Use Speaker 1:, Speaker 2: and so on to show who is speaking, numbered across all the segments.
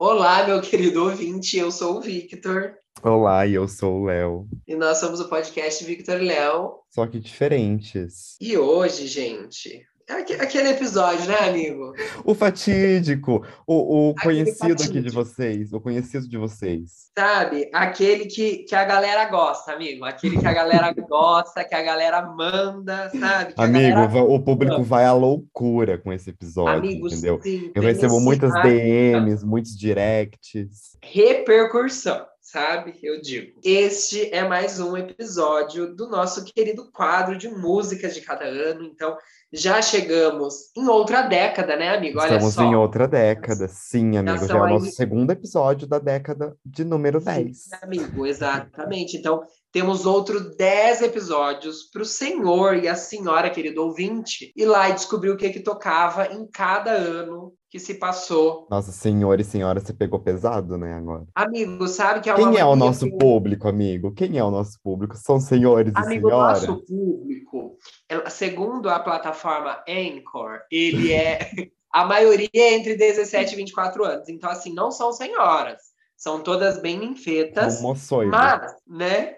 Speaker 1: Olá, meu querido ouvinte, eu sou o Victor
Speaker 2: Olá, e eu sou o Léo.
Speaker 1: e nós somos o podcast Victor e Léo.
Speaker 2: Só que diferentes.
Speaker 1: E hoje, gente, é aque- aquele episódio, né, amigo?
Speaker 2: O fatídico, o, o conhecido aqui de
Speaker 1: fatídico.
Speaker 2: vocês, o conhecido de vocês.
Speaker 1: Sabe? Aquele que, que a galera gosta, amigo. Aquele que a galera gosta, que a galera manda, sabe? Que a
Speaker 2: Amigo,
Speaker 1: galera- Ah.
Speaker 2: va- o público vai à loucura com esse episódio,
Speaker 1: Amigos,
Speaker 2: entendeu?
Speaker 1: sim,
Speaker 2: Eu
Speaker 1: tem
Speaker 2: recebo
Speaker 1: esse
Speaker 2: muitas
Speaker 1: ar-
Speaker 2: DMs, muitos directs.
Speaker 1: repercussão, sabe? Eu digo. Este é mais um episódio do nosso querido quadro de músicas de cada ano. Então, já chegamos em outra década, né, amigo? Olha
Speaker 2: Estamos
Speaker 1: só.
Speaker 2: em outra década, sim, amigo. Já é
Speaker 1: são
Speaker 2: o
Speaker 1: aí-
Speaker 2: nosso segundo episódio da década de número
Speaker 1: Sim,
Speaker 2: 10.
Speaker 1: Amigo, exatamente. Então, temos outros 10 episódios para o senhor e a senhora, querido ouvinte, ir lá e descobrir o que que tocava em cada ano que se passou.
Speaker 2: Nossa, senhor e senhora, você pegou pesado, né, agora?
Speaker 1: Amigo, sabe que é uma
Speaker 2: Quem é o
Speaker 1: mania
Speaker 2: nosso
Speaker 1: que eu-
Speaker 2: público, amigo? Quem é o nosso público? São senhores e
Speaker 1: Amigo,
Speaker 2: senhoras?
Speaker 1: nosso público, ela- segundo a plataforma Anchor, ele é a maioria é entre 17 e 24 anos. Então, assim, não são senhoras, são todas bem ninfetas.
Speaker 2: Como soibo.
Speaker 1: Mas, né?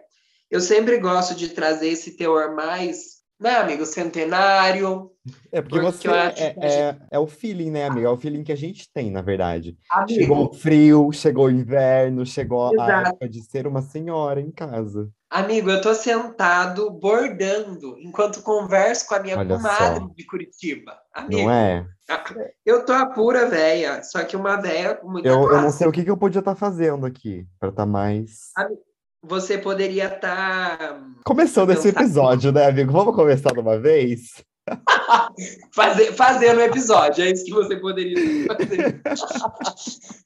Speaker 1: Eu sempre gosto de trazer esse teor mais, né, amigo, centenário.
Speaker 2: É porque
Speaker 1: Porque
Speaker 2: você
Speaker 1: eu acho
Speaker 2: é,
Speaker 1: que a gente-
Speaker 2: é, é o feeling, né, amiga? É o feeling que a gente tem, na verdade.
Speaker 1: Amigo,
Speaker 2: Chegou um o frio, chegou o inverno, chegou a
Speaker 1: Exato.
Speaker 2: época de ser uma senhora em casa.
Speaker 1: amigo, eu tô sentado bordando enquanto converso com a minha
Speaker 2: Olha
Speaker 1: comadre
Speaker 2: só.
Speaker 1: de Curitiba. Amigo,
Speaker 2: Não é?
Speaker 1: eu tô a pura véia, só que uma véia com muita
Speaker 2: Eu, eu
Speaker 1: classe.
Speaker 2: não sei o que, que eu podia estar fazendo aqui para estar mais.
Speaker 1: Ah. Você poderia estar.
Speaker 2: Começando esse
Speaker 1: Eu tá-
Speaker 2: episódio, né, amigo? Vamos começar de uma vez?
Speaker 1: fazer, fazendo um episódio, é isso que você poderia fazer.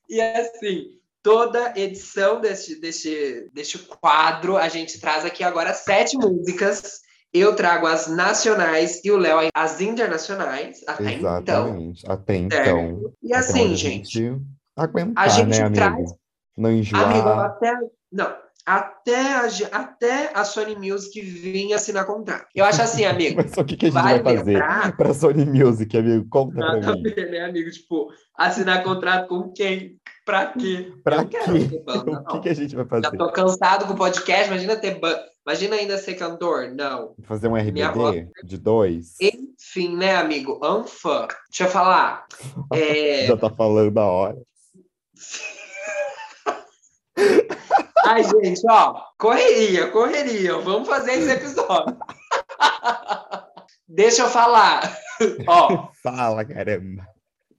Speaker 1: e assim, toda edição deste, deste, deste quadro, a gente traz aqui agora sete músicas. Eu trago as nacionais e o Léo as internacionais, até então.
Speaker 2: Exatamente. Até então.
Speaker 1: Certo? E
Speaker 2: Até
Speaker 1: assim,
Speaker 2: onde a
Speaker 1: gente,
Speaker 2: Aguentar,
Speaker 1: a gente
Speaker 2: né, amigo?
Speaker 1: traz-
Speaker 2: Não enjoar.
Speaker 1: Amigo, até. Não, até a, ge- até a Sony Music vinha assinar contrato. Eu acho assim, amigo.
Speaker 2: Mas o que, que a gente
Speaker 1: Vai
Speaker 2: vai, fazer
Speaker 1: lembrar
Speaker 2: pra Sony Music, amigo? Conta
Speaker 1: Nada
Speaker 2: pra
Speaker 1: a
Speaker 2: mim.
Speaker 1: ver, né, amigo? Tipo, assinar contrato com quem? Pra quê?
Speaker 2: Pra
Speaker 1: Eu não quero
Speaker 2: quê?
Speaker 1: ter banda,
Speaker 2: Então, O que, é
Speaker 1: não.
Speaker 2: que a gente vai fazer?
Speaker 1: Já tô cansado com o podcast, imagina ter banda. Imagina ainda ser cantor? Não.
Speaker 2: Fazer um
Speaker 1: Minha
Speaker 2: RBD de dois?
Speaker 1: Enfim, né, amigo? Anfã. Deixa eu falar. É,
Speaker 2: Já tá falando a hora.
Speaker 1: Ai, gente, ó, correria, correria. Vamos fazer esse episódio. Deixa eu falar. Ó,
Speaker 2: Fala, caramba.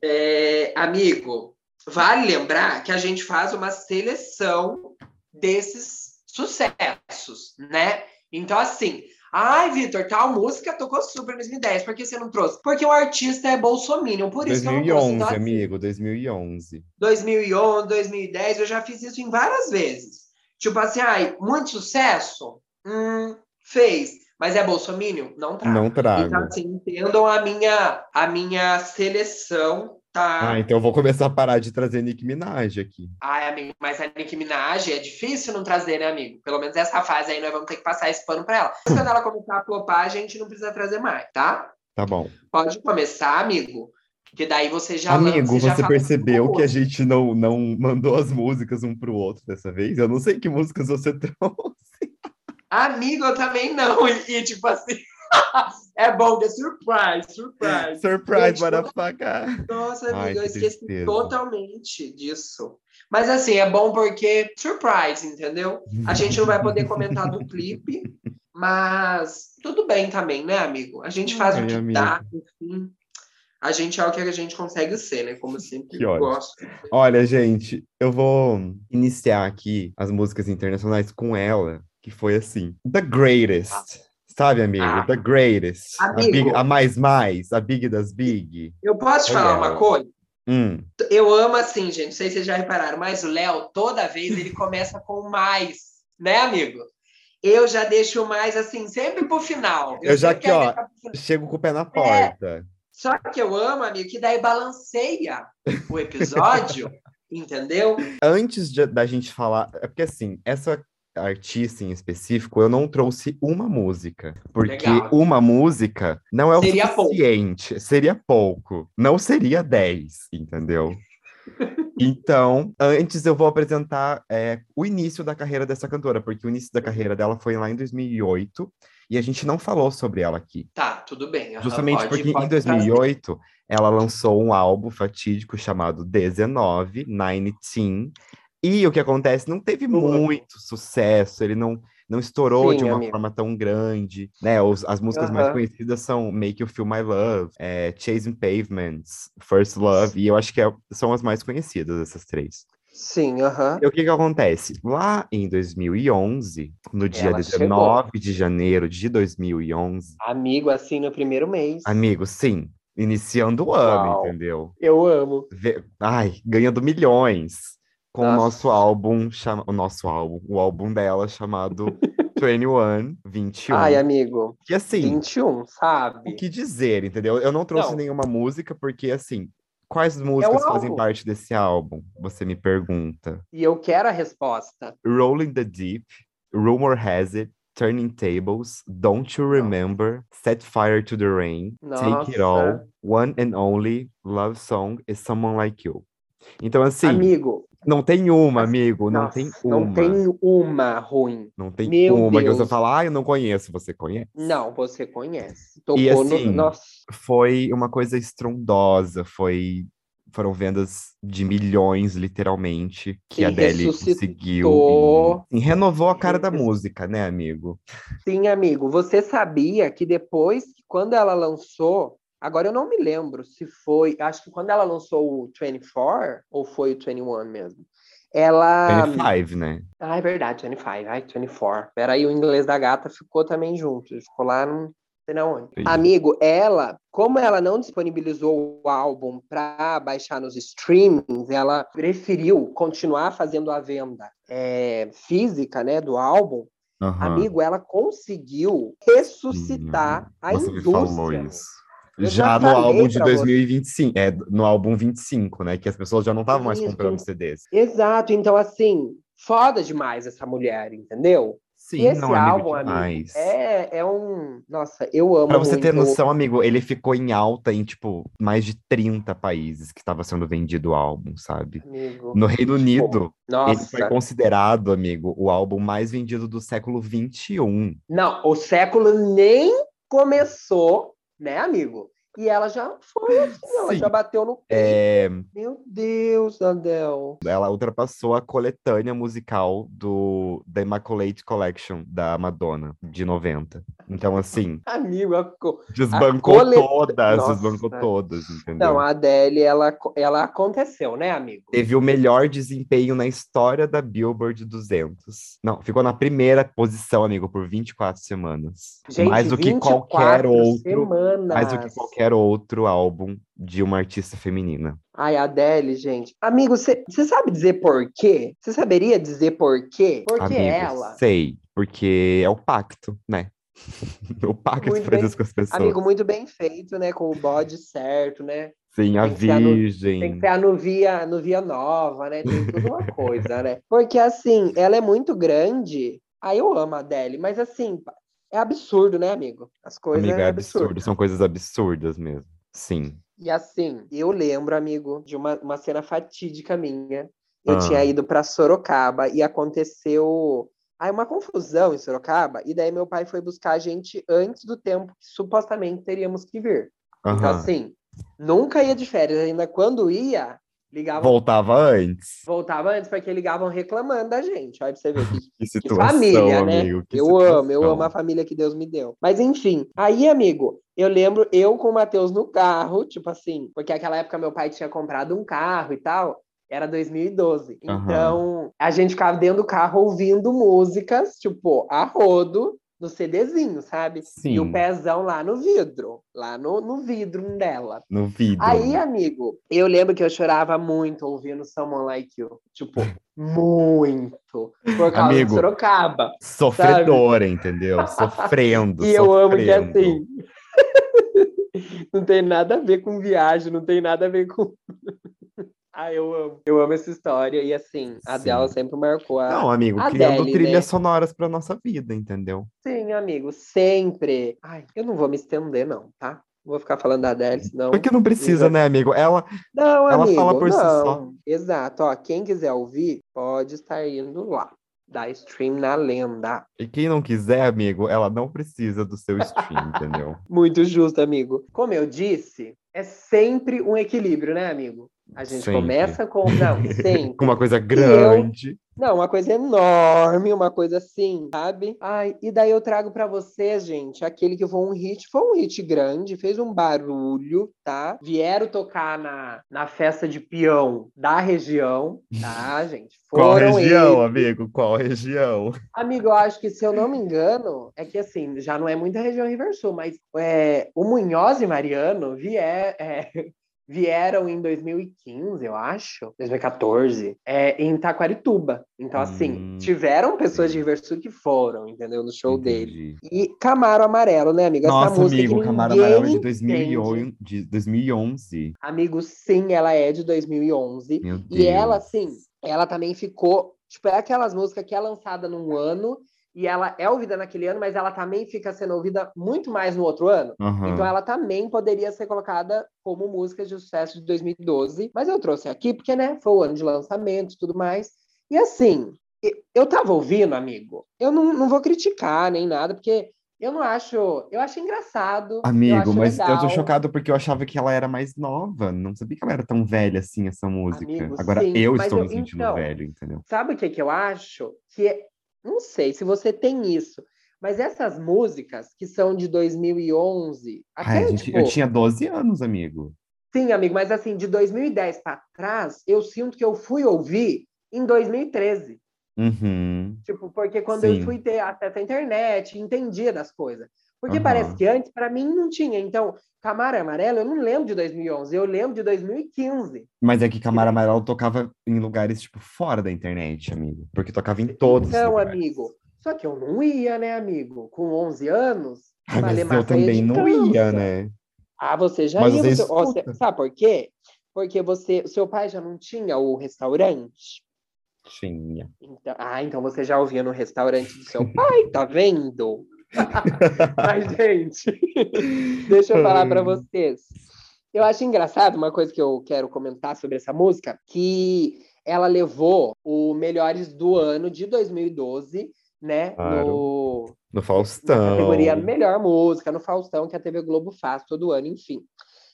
Speaker 1: É, amigo, vale lembrar que a gente faz uma seleção desses sucessos, né? Então, assim, ai, Vitor, tal música tocou super em 2010, por que você não trouxe? Porque o artista é bolsominion, por isso que eu não trouxe.
Speaker 2: 2011,
Speaker 1: Então, assim,
Speaker 2: amigo, 2011.
Speaker 1: 2011, 2010, eu já fiz isso em várias vezes. Tipo assim, ai, muito sucesso? Hum, fez. Mas é bolsominion? Não traz.
Speaker 2: Não trago.
Speaker 1: Então, assim, entendam a minha, a minha seleção, tá?
Speaker 2: Ah, então eu vou começar a parar de trazer Nick Minaj aqui.
Speaker 1: Ai, amigo, mas a Nicki Minaj é difícil não trazer, né, amigo? Pelo menos essa fase aí nós vamos ter que passar esse pano pra ela. Mas quando ela começar a flopar, a gente não precisa trazer mais, tá?
Speaker 2: Tá bom.
Speaker 1: Pode começar, amigo. Porque daí você já
Speaker 2: amigo,
Speaker 1: lança e já
Speaker 2: você
Speaker 1: fala
Speaker 2: percebeu
Speaker 1: tudo.
Speaker 2: que a gente não, não mandou as músicas um pro outro dessa vez? Eu não sei que músicas você trouxe.
Speaker 1: Amigo, eu também não. E, e, tipo assim, é bom de surprise, surprise.
Speaker 2: Surprise,
Speaker 1: Gente,
Speaker 2: motherfucker!
Speaker 1: Nossa, amigo,
Speaker 2: Ai,
Speaker 1: eu
Speaker 2: que
Speaker 1: esqueci
Speaker 2: tristeza.
Speaker 1: totalmente disso. Mas assim, é bom porque surprise, entendeu? A gente não vai poder comentar no clipe, mas tudo bem também, né, amigo? A gente faz
Speaker 2: Ai,
Speaker 1: o que
Speaker 2: amigo.
Speaker 1: dá, enfim. A gente é o que a gente consegue ser, né? Como sempre
Speaker 2: Que
Speaker 1: eu
Speaker 2: ótimo.
Speaker 1: gosto.
Speaker 2: Olha, gente, eu vou iniciar aqui as músicas internacionais com ela, que foi assim: The Greatest. Sabe, amigo?
Speaker 1: Ah.
Speaker 2: The Greatest. A,
Speaker 1: Amigo.
Speaker 2: big- a mais mais, a Big das Big.
Speaker 1: Eu posso te
Speaker 2: Olha
Speaker 1: falar uma
Speaker 2: ela.
Speaker 1: coisa?
Speaker 2: Hum.
Speaker 1: Eu amo assim, gente. Não sei se vocês já repararam, mas o Léo, toda vez, ele começa com mais, né, amigo? Eu já deixo o mais assim, sempre pro final.
Speaker 2: Eu já
Speaker 1: sempre
Speaker 2: aqui,
Speaker 1: quero
Speaker 2: ó,
Speaker 1: deixar pro final.
Speaker 2: Chego com o pé
Speaker 1: É.
Speaker 2: na porta.
Speaker 1: Só que eu amo, amigo, que daí balanceia o episódio, entendeu?
Speaker 2: Antes de- da gente falar. É porque assim, essa artista em específico, eu não trouxe uma música. Porque
Speaker 1: Legal.
Speaker 2: uma música não é o
Speaker 1: Seria pouco.
Speaker 2: suficiente. Seria pouco. Não seria 10, entendeu? Então, antes eu vou apresentar é, o início da carreira dessa cantora, porque o início da carreira dela foi lá em 2008 e a gente não falou sobre ela aqui.
Speaker 1: Tá, tudo bem. aham,
Speaker 2: Justamente
Speaker 1: pode-
Speaker 2: porque
Speaker 1: pode
Speaker 2: em
Speaker 1: trazer.
Speaker 2: 2008 ela lançou um álbum fatídico chamado 19, 19. E o que acontece? Não teve muito sucesso, ele não, não estourou
Speaker 1: Sim,
Speaker 2: de uma
Speaker 1: amigo.
Speaker 2: forma tão grande, né? Os- as músicas mais
Speaker 1: Aham.
Speaker 2: conhecidas são Make You Feel My Love, é, Chasing Pavements, First Love, e eu acho que é- são as mais conhecidas, essas três.
Speaker 1: Sim, aham.
Speaker 2: E o que que acontece? Lá em 2011, no dia
Speaker 1: Ela
Speaker 2: 19 de janeiro de 2011,
Speaker 1: Amigo, assim, no primeiro mês.
Speaker 2: Amigo, sim. Iniciando o ano,
Speaker 1: Uau.
Speaker 2: entendeu?
Speaker 1: Eu amo.
Speaker 2: Ve- Ai, ganhando milhões com o
Speaker 1: Nossa.
Speaker 2: nosso álbum, chama... o nosso álbum, o álbum dela chamado 21, 21.
Speaker 1: Ai, amigo,
Speaker 2: E um, assim,
Speaker 1: 21,
Speaker 2: o
Speaker 1: sabe?
Speaker 2: que dizer, entendeu? Eu não trouxe
Speaker 1: Não. É um
Speaker 2: nenhuma música, porque assim, quais músicas fazem
Speaker 1: álbum.
Speaker 2: parte desse álbum? Você me pergunta.
Speaker 1: E eu quero a resposta.
Speaker 2: Rolling the Deep, Rumor Has It, Turning Tables, Don't You Remember, Set Fire to the Rain, Take It All,
Speaker 1: Nossa.
Speaker 2: One and Only, Love Song is Someone Like You. Então, assim,
Speaker 1: Amigo,
Speaker 2: não tem uma, amigo, não
Speaker 1: assim, nossa,
Speaker 2: tem uma.
Speaker 1: não tem uma ruim.
Speaker 2: não tem
Speaker 1: Meu
Speaker 2: uma que você
Speaker 1: Deus.
Speaker 2: fala, ah, eu não conheço, você conhece?
Speaker 1: Não, você conhece. Tocou
Speaker 2: assim,
Speaker 1: no. Nossa.
Speaker 2: Foi uma coisa estrondosa, foi foram vendas de milhões, literalmente, que
Speaker 1: E
Speaker 2: a Adele
Speaker 1: ressuscitou.
Speaker 2: conseguiu. E, e renovou a cara da
Speaker 1: Ressusc-
Speaker 2: música, né, amigo?
Speaker 1: Sim, amigo, você sabia que depois, que quando ela lançou, agora eu não me lembro se foi, acho que quando ela lançou o 24 ou foi o 21 mesmo. Ela.
Speaker 2: 25, né?
Speaker 1: Ah, é verdade, 25, ai, 24. Peraí, o inglês da gata ficou também junto, ficou lá no. Sei não onde.
Speaker 2: Sim.
Speaker 1: Amigo, ela, como ela não disponibilizou o álbum para baixar nos streamings, ela preferiu continuar fazendo a venda eh, física, né, do álbum,
Speaker 2: Aham.
Speaker 1: Amigo, ela conseguiu ressuscitar a
Speaker 2: Você me
Speaker 1: indústria.
Speaker 2: falou isso.
Speaker 1: Eu
Speaker 2: Já
Speaker 1: já
Speaker 2: no
Speaker 1: falei
Speaker 2: álbum de
Speaker 1: pra você.
Speaker 2: 2025, é, no álbum 25, né? Que as pessoas já não estavam mais
Speaker 1: Isso.
Speaker 2: comprando CDs.
Speaker 1: Exato. Então, assim, foda demais essa mulher, entendeu?
Speaker 2: Sim,
Speaker 1: e esse
Speaker 2: não, é
Speaker 1: álbum,
Speaker 2: amigo,
Speaker 1: amigo,
Speaker 2: demais.
Speaker 1: é, é um. Nossa, eu amo.
Speaker 2: Pra você ter
Speaker 1: muito.
Speaker 2: noção, amigo, ele ficou em alta em, tipo, mais de 30 países que estava sendo vendido o álbum, sabe?
Speaker 1: Amigo.
Speaker 2: No Reino Unido, ele
Speaker 1: Nossa.
Speaker 2: foi considerado, amigo, o álbum mais vendido do século um. XXI.
Speaker 1: Não, o século nem começou, né, amigo? E ela já foi assim, ela
Speaker 2: Sim.
Speaker 1: já bateu no peito.
Speaker 2: É,
Speaker 1: Meu Deus, Adel.
Speaker 2: ela ultrapassou a coletânea musical do The Immaculate Collection da Madonna, de 90. Então, assim,
Speaker 1: Amigo, ela ficou.
Speaker 2: Desbancou
Speaker 1: colet-
Speaker 2: todas,
Speaker 1: Nossa.
Speaker 2: desbancou todas, entendeu?
Speaker 1: Não, a Adele, ela, ela aconteceu, né, amigo?
Speaker 2: Teve o melhor desempenho na história da Billboard 200. Não, ficou na primeira posição, amigo, por 24 semanas.
Speaker 1: Gente,
Speaker 2: mais do que
Speaker 1: 24
Speaker 2: qualquer outro,
Speaker 1: Semanas.
Speaker 2: mais do que qualquer outro álbum de uma artista feminina.
Speaker 1: Ai, Adele, gente. Amigo, você sabe dizer por quê? Você saberia dizer por quê? Porque
Speaker 2: amigo,
Speaker 1: ela.
Speaker 2: sei, porque é o pacto, né? o pacto
Speaker 1: Muito
Speaker 2: pra
Speaker 1: bem.
Speaker 2: Deus com as pessoas.
Speaker 1: é. Amigo, muito bem feito, né? Com o bode certo, né?
Speaker 2: Sim, a
Speaker 1: tem que ser anu-
Speaker 2: virgem.
Speaker 1: Tem que ter a nuvia, nuvia nova, né? Tem toda uma coisa, né? Porque, assim, ela é muito grande. Aí eu amo a Adele, mas, assim, é absurdo, né, amigo? As coisas
Speaker 2: Amigo, é
Speaker 1: é
Speaker 2: absurdo.
Speaker 1: absurdo.
Speaker 2: São coisas absurdas mesmo. Sim.
Speaker 1: E assim, eu lembro, amigo, de uma, uma cena fatídica minha. Eu
Speaker 2: Ah.
Speaker 1: tinha ido para Sorocaba e aconteceu aí uma confusão em Sorocaba, e daí meu pai foi buscar a gente antes do tempo que supostamente teríamos que vir. Então,
Speaker 2: Aham.
Speaker 1: assim, nunca ia de férias, ainda quando ia, ligavam,
Speaker 2: Voltava antes.
Speaker 1: voltava antes, porque ligavam reclamando da gente. Olha pra você ver que
Speaker 2: Que
Speaker 1: Que
Speaker 2: situação,
Speaker 1: família, né?
Speaker 2: amigo. que
Speaker 1: eu
Speaker 2: situação.
Speaker 1: amo, eu amo a família que Deus me deu. Mas enfim, aí, amigo, eu lembro eu com o Matheus no carro, tipo assim, porque aquela época meu pai tinha comprado um carro e tal. Era 2012.
Speaker 2: Aham.
Speaker 1: Então, a gente ficava dentro do carro ouvindo músicas, tipo, a rodo, no CDzinho, sabe?
Speaker 2: Sim,
Speaker 1: E o pezão lá no vidro, lá no, no vidro dela.
Speaker 2: no vidro.
Speaker 1: Aí, amigo, eu lembro que eu chorava muito ouvindo Someone Like You. Tipo, muito. Por causa
Speaker 2: Amigo,
Speaker 1: de Sorocaba.
Speaker 2: Sofredora, entendeu? Sofrendo,
Speaker 1: E eu amo que
Speaker 2: sofrendo.
Speaker 1: assim. não tem nada a ver com viagem, não tem nada a ver com. ah, eu amo. Eu amo essa história. E assim, a
Speaker 2: Sim.
Speaker 1: dela sempre marcou a.
Speaker 2: Não, é amigo,
Speaker 1: tá? Adele,
Speaker 2: criando trilhas
Speaker 1: né?
Speaker 2: sonoras pra nossa vida, entendeu?
Speaker 1: Sim, amigo, sempre. Ai, eu não vou me estender, não, tá? Vou ficar falando da Adele, senão.
Speaker 2: Porque não precisa, né, amigo? Ela,
Speaker 1: Não,
Speaker 2: Ela
Speaker 1: amigo,
Speaker 2: fala por si
Speaker 1: não.
Speaker 2: só.
Speaker 1: Exato, ó. Quem quiser ouvir, pode estar indo lá. Da stream na lenda.
Speaker 2: e quem não quiser, amigo, ela não precisa do seu stream, entendeu?
Speaker 1: Muito justo, amigo. Como eu disse, é sempre um equilíbrio, né, amigo? A gente
Speaker 2: Sempre.
Speaker 1: começa com. Não, sempre.
Speaker 2: Com uma coisa grande.
Speaker 1: Não, uma coisa enorme, uma coisa assim, sabe? Ai, e daí eu trago pra vocês, gente, aquele que foi um hit, foi um hit grande, fez um barulho, tá? Vieram tocar na, na festa de peão da região, tá, gente?
Speaker 2: Qual
Speaker 1: Foram
Speaker 2: região,
Speaker 1: eles.
Speaker 2: amigo? Qual região?
Speaker 1: Amigo, eu acho que, se eu não me engano, é que assim, já não é muita região River Sul, mas é, o Munhoz e Mariano vier, é, vieram em 2015, eu acho, 2014, é, em Taquarituba. Então, assim,
Speaker 2: Hum.
Speaker 1: tiveram pessoas de River Sul que foram, entendeu? No show dele.
Speaker 2: Entendi.
Speaker 1: E Camaro Amarelo, né, amigo? Essa
Speaker 2: Nossa,
Speaker 1: música que
Speaker 2: amigo, Camaro
Speaker 1: ninguém
Speaker 2: Amarelo é de
Speaker 1: entende.
Speaker 2: 2008, de 2011.
Speaker 1: Amigo, sim, ela é de 2011.
Speaker 2: Meu
Speaker 1: E
Speaker 2: Deus.
Speaker 1: ela, assim, ela também ficou. Tipo, é aquelas músicas que é lançada num ano e ela é ouvida naquele ano, mas ela também fica sendo ouvida muito mais no outro ano.
Speaker 2: Aham.
Speaker 1: Então ela também poderia ser colocada como música de sucesso de 2012. Mas eu trouxe aqui porque, né, foi o ano de lançamento e tudo mais. E assim, e- eu tava ouvindo, amigo. Eu não, não vou criticar nem nada, porque eu não acho. Eu acho engraçado. eu
Speaker 2: Amigo,
Speaker 1: acho
Speaker 2: mas eu tô
Speaker 1: legal.
Speaker 2: chocado porque eu achava que ela era mais nova. Não sabia que ela era tão velha assim, essa música.
Speaker 1: Amigo,
Speaker 2: Agora
Speaker 1: sim,
Speaker 2: eu
Speaker 1: mas
Speaker 2: estou
Speaker 1: eu-
Speaker 2: me sentindo
Speaker 1: então,
Speaker 2: velho, entendeu?
Speaker 1: Sabe o que, que eu acho? Que é- não sei se você tem isso, mas essas músicas que são de 2011, até
Speaker 2: Ai, gente,
Speaker 1: tipo,
Speaker 2: eu tinha 12 anos, amigo.
Speaker 1: sim, amigo, mas assim, de 2010 para trás, eu sinto que eu fui ouvir em 2013.
Speaker 2: Uhum.
Speaker 1: Tipo, porque quando
Speaker 2: Sim.
Speaker 1: eu fui ter acesso à internet, entendia das coisas. Porque
Speaker 2: Aham.
Speaker 1: parece que antes, para mim, não tinha. Então, Camaro Amarelo, eu não lembro de 2011, eu lembro de 2015.
Speaker 2: Mas é que Camara Amarelo tocava em lugares, tipo, fora da internet, amigo. Porque tocava em todos os
Speaker 1: Então,
Speaker 2: lugares.
Speaker 1: amigo, só que eu não ia, né, amigo? Com 11 anos,
Speaker 2: Ai, Ah, mas
Speaker 1: valer
Speaker 2: eu
Speaker 1: maçã
Speaker 2: também
Speaker 1: de
Speaker 2: não
Speaker 1: criança.
Speaker 2: ia, né?
Speaker 1: Ah, você já
Speaker 2: Mas
Speaker 1: ia.
Speaker 2: você
Speaker 1: Você, ó, você-
Speaker 2: escuta.
Speaker 1: sabe por quê? Porque você, o seu pai já não tinha o restaurante.
Speaker 2: Tinha.
Speaker 1: Então, ah, então você já ouvia no restaurante do seu pai, tá vendo? Mas, gente, deixa eu falar para vocês. Eu acho engraçado uma coisa que eu quero comentar sobre essa música, que ela levou o Melhores do Ano de 2012, né?
Speaker 2: Claro.
Speaker 1: No,
Speaker 2: No
Speaker 1: na
Speaker 2: Faustão.
Speaker 1: categoria
Speaker 2: Então.
Speaker 1: Melhor Música, no Faustão, que a TV Globo faz todo ano, enfim.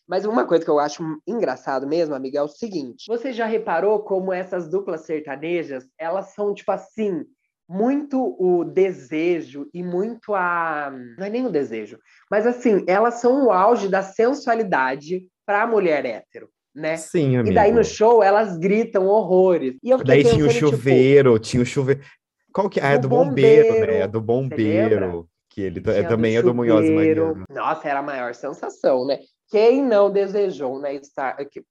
Speaker 1: Mas uma coisa que eu acho engraçado mesmo, amiga, é o seguinte: você já reparou como essas duplas sertanejas, elas são, tipo assim, muito o desejo e muito a. Não é nem o desejo, mas assim, elas são o auge da sensualidade para a mulher hétero, né?
Speaker 2: Sim, amigo.
Speaker 1: E daí no show elas gritam horrores. E eu fiquei
Speaker 2: É Daí tinha o
Speaker 1: pensando, tipo,
Speaker 2: chuveiro, tinha o chuveiro. Qual que é? É
Speaker 1: Do
Speaker 2: do bombeiro,
Speaker 1: bombeiro.
Speaker 2: né? É do
Speaker 1: lembra?
Speaker 2: bombeiro. Que ele ta-
Speaker 1: Tinha um
Speaker 2: também é do Munhoz e
Speaker 1: chuveiro.
Speaker 2: Mariano.
Speaker 1: Nossa, era a maior sensação, né? Quem não desejou, né, estar aqui,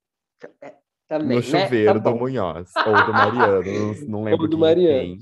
Speaker 1: é, também,
Speaker 2: No
Speaker 1: né?
Speaker 2: chuveiro
Speaker 1: Tá
Speaker 2: do
Speaker 1: bom.
Speaker 2: Munhoz. Ou do Mariano. Não, não lembro
Speaker 1: Ou do
Speaker 2: quem,
Speaker 1: Mariano.
Speaker 2: quem.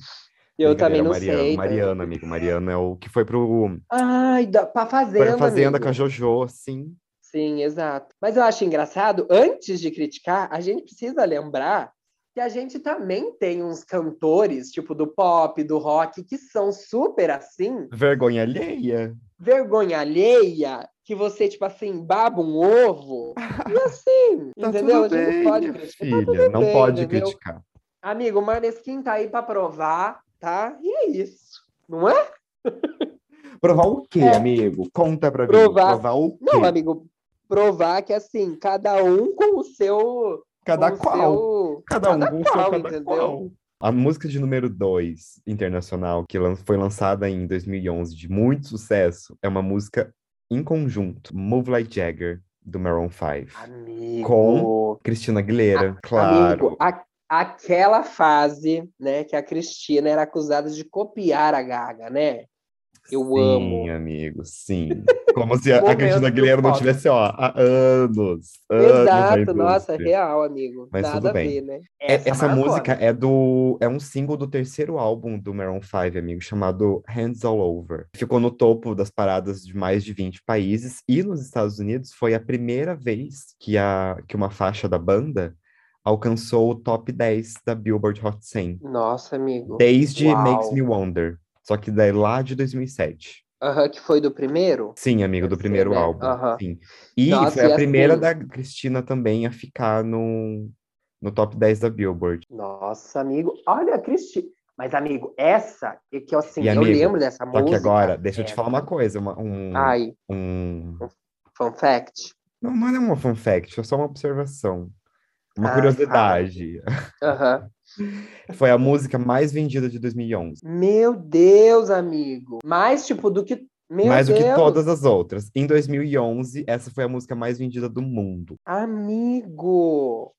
Speaker 1: Eu
Speaker 2: Brincadeira,
Speaker 1: também não
Speaker 2: Mariano,
Speaker 1: sei. né?
Speaker 2: Mariano, amigo. Mariano é o que foi pro,
Speaker 1: Ai, da, pra
Speaker 2: pra
Speaker 1: Fazenda,
Speaker 2: Fazenda
Speaker 1: amigo.
Speaker 2: com a Jojo, assim.
Speaker 1: Sim, exato. Mas eu acho engraçado, antes de criticar, a gente precisa lembrar que a gente também tem uns cantores, tipo do pop, do rock, que são super assim,
Speaker 2: Vergonha alheia.
Speaker 1: vergonha alheia, que você, tipo assim, baba um ovo. E assim,
Speaker 2: Tá
Speaker 1: entendeu?
Speaker 2: tudo
Speaker 1: a gente
Speaker 2: bem,
Speaker 1: não pode
Speaker 2: minha
Speaker 1: criticar. tá
Speaker 2: filha. Não
Speaker 1: bem,
Speaker 2: pode
Speaker 1: entendeu?
Speaker 2: criticar.
Speaker 1: Amigo, o Maneskin tá aí pra provar, tá? E é isso. Não é?
Speaker 2: Provar o quê,
Speaker 1: É.
Speaker 2: amigo? Conta pra
Speaker 1: Provar.
Speaker 2: mim. Provar o quê?
Speaker 1: Não, amigo, provar que assim, cada um com o seu.
Speaker 2: Cada
Speaker 1: com o
Speaker 2: qual.
Speaker 1: seu-
Speaker 2: Cada um com o seu
Speaker 1: qual,
Speaker 2: cada
Speaker 1: entendeu?
Speaker 2: qual. A música de número 2 internacional, que lan- foi lançada em 2011, de muito sucesso, é uma música em conjunto, Move Like Jagger, do Maroon 5.
Speaker 1: Amigo.
Speaker 2: Com- Cristina Aguilera, claro.
Speaker 1: Amigo, a- aquela fase, né, que a Cristina era acusada de copiar a Gaga, né? Eu
Speaker 2: Sim,
Speaker 1: amo.
Speaker 2: amigo, sim. Como se a, a
Speaker 1: Momento
Speaker 2: Cristina Aguilera não
Speaker 1: foda.
Speaker 2: tivesse, ó, há anos. anos na
Speaker 1: Exato, nossa,
Speaker 2: indústria.
Speaker 1: real, amigo.
Speaker 2: Mas
Speaker 1: Nada
Speaker 2: tudo
Speaker 1: a
Speaker 2: bem.
Speaker 1: ver, né?
Speaker 2: É- Essa,
Speaker 1: marcou,
Speaker 2: música
Speaker 1: né?
Speaker 2: é do é um single do terceiro álbum do Maroon 5, amigo, chamado Hands All Over. Ficou no topo das paradas de mais de 20 países e nos Estados Unidos foi a primeira vez que, a, que uma faixa da banda alcançou o top 10 da Billboard Hot 100,
Speaker 1: Nossa, amigo.
Speaker 2: desde
Speaker 1: Uau.
Speaker 2: Makes Me Wonder, só que daí lá de 2007.
Speaker 1: Aham, que foi do primeiro?
Speaker 2: Sim, amigo, do primeiro
Speaker 1: né?
Speaker 2: álbum.
Speaker 1: Aham.
Speaker 2: Sim. E
Speaker 1: Nossa,
Speaker 2: foi
Speaker 1: e
Speaker 2: a
Speaker 1: assim-
Speaker 2: primeira da Cristina também a ficar no, no top 10 da Billboard.
Speaker 1: Nossa, amigo. Olha, Cristi. Mas, amigo, essa, é que assim,
Speaker 2: E,
Speaker 1: eu
Speaker 2: amigo,
Speaker 1: lembro dessa
Speaker 2: Só
Speaker 1: música.
Speaker 2: que agora, deixa eu te
Speaker 1: é.
Speaker 2: falar uma coisa, uma- um,
Speaker 1: Ai,
Speaker 2: um...
Speaker 1: fun fact.
Speaker 2: Não, não é uma fun fact, é só uma observação. Uma
Speaker 1: Ah,
Speaker 2: curiosidade.
Speaker 1: Aham.
Speaker 2: Foi a música mais vendida de 2011.
Speaker 1: Meu Deus, amigo. Mais, tipo, do que. Meu
Speaker 2: mais
Speaker 1: Deus.
Speaker 2: do que todas as outras. Em 2011, essa foi a música mais vendida do mundo.
Speaker 1: Amigo.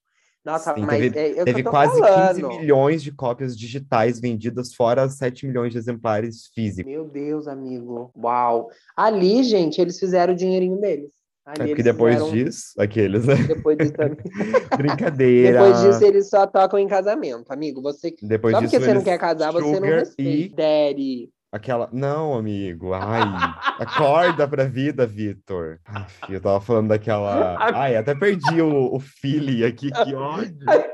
Speaker 1: Nossa,
Speaker 2: Sim,
Speaker 1: mas
Speaker 2: teve-
Speaker 1: é, é o que
Speaker 2: Teve
Speaker 1: eu tô
Speaker 2: quase 15
Speaker 1: falando.
Speaker 2: milhões de cópias digitais vendidas, fora as 7 milhões de exemplares físicos.
Speaker 1: Meu Deus, amigo. Uau. Ali, gente, eles fizeram o dinheirinho deles. Ali
Speaker 2: É porque
Speaker 1: eles
Speaker 2: depois
Speaker 1: fizeram- um
Speaker 2: disso, aqueles, né?
Speaker 1: Depois disso, tá-
Speaker 2: Brincadeira.
Speaker 1: depois disso, eles só tocam em casamento, amigo. Você...
Speaker 2: Depois
Speaker 1: Só
Speaker 2: disso,
Speaker 1: porque você não
Speaker 2: eles-
Speaker 1: quer casar, você não
Speaker 2: Sugar e-
Speaker 1: respeita. Daddy.
Speaker 2: Aquela. Não, amigo. Ai. Acorda pra vida, Vitor. Aff, Eu tava falando daquela. Ai, até perdi o, o feeling aqui, que ódio.
Speaker 1: é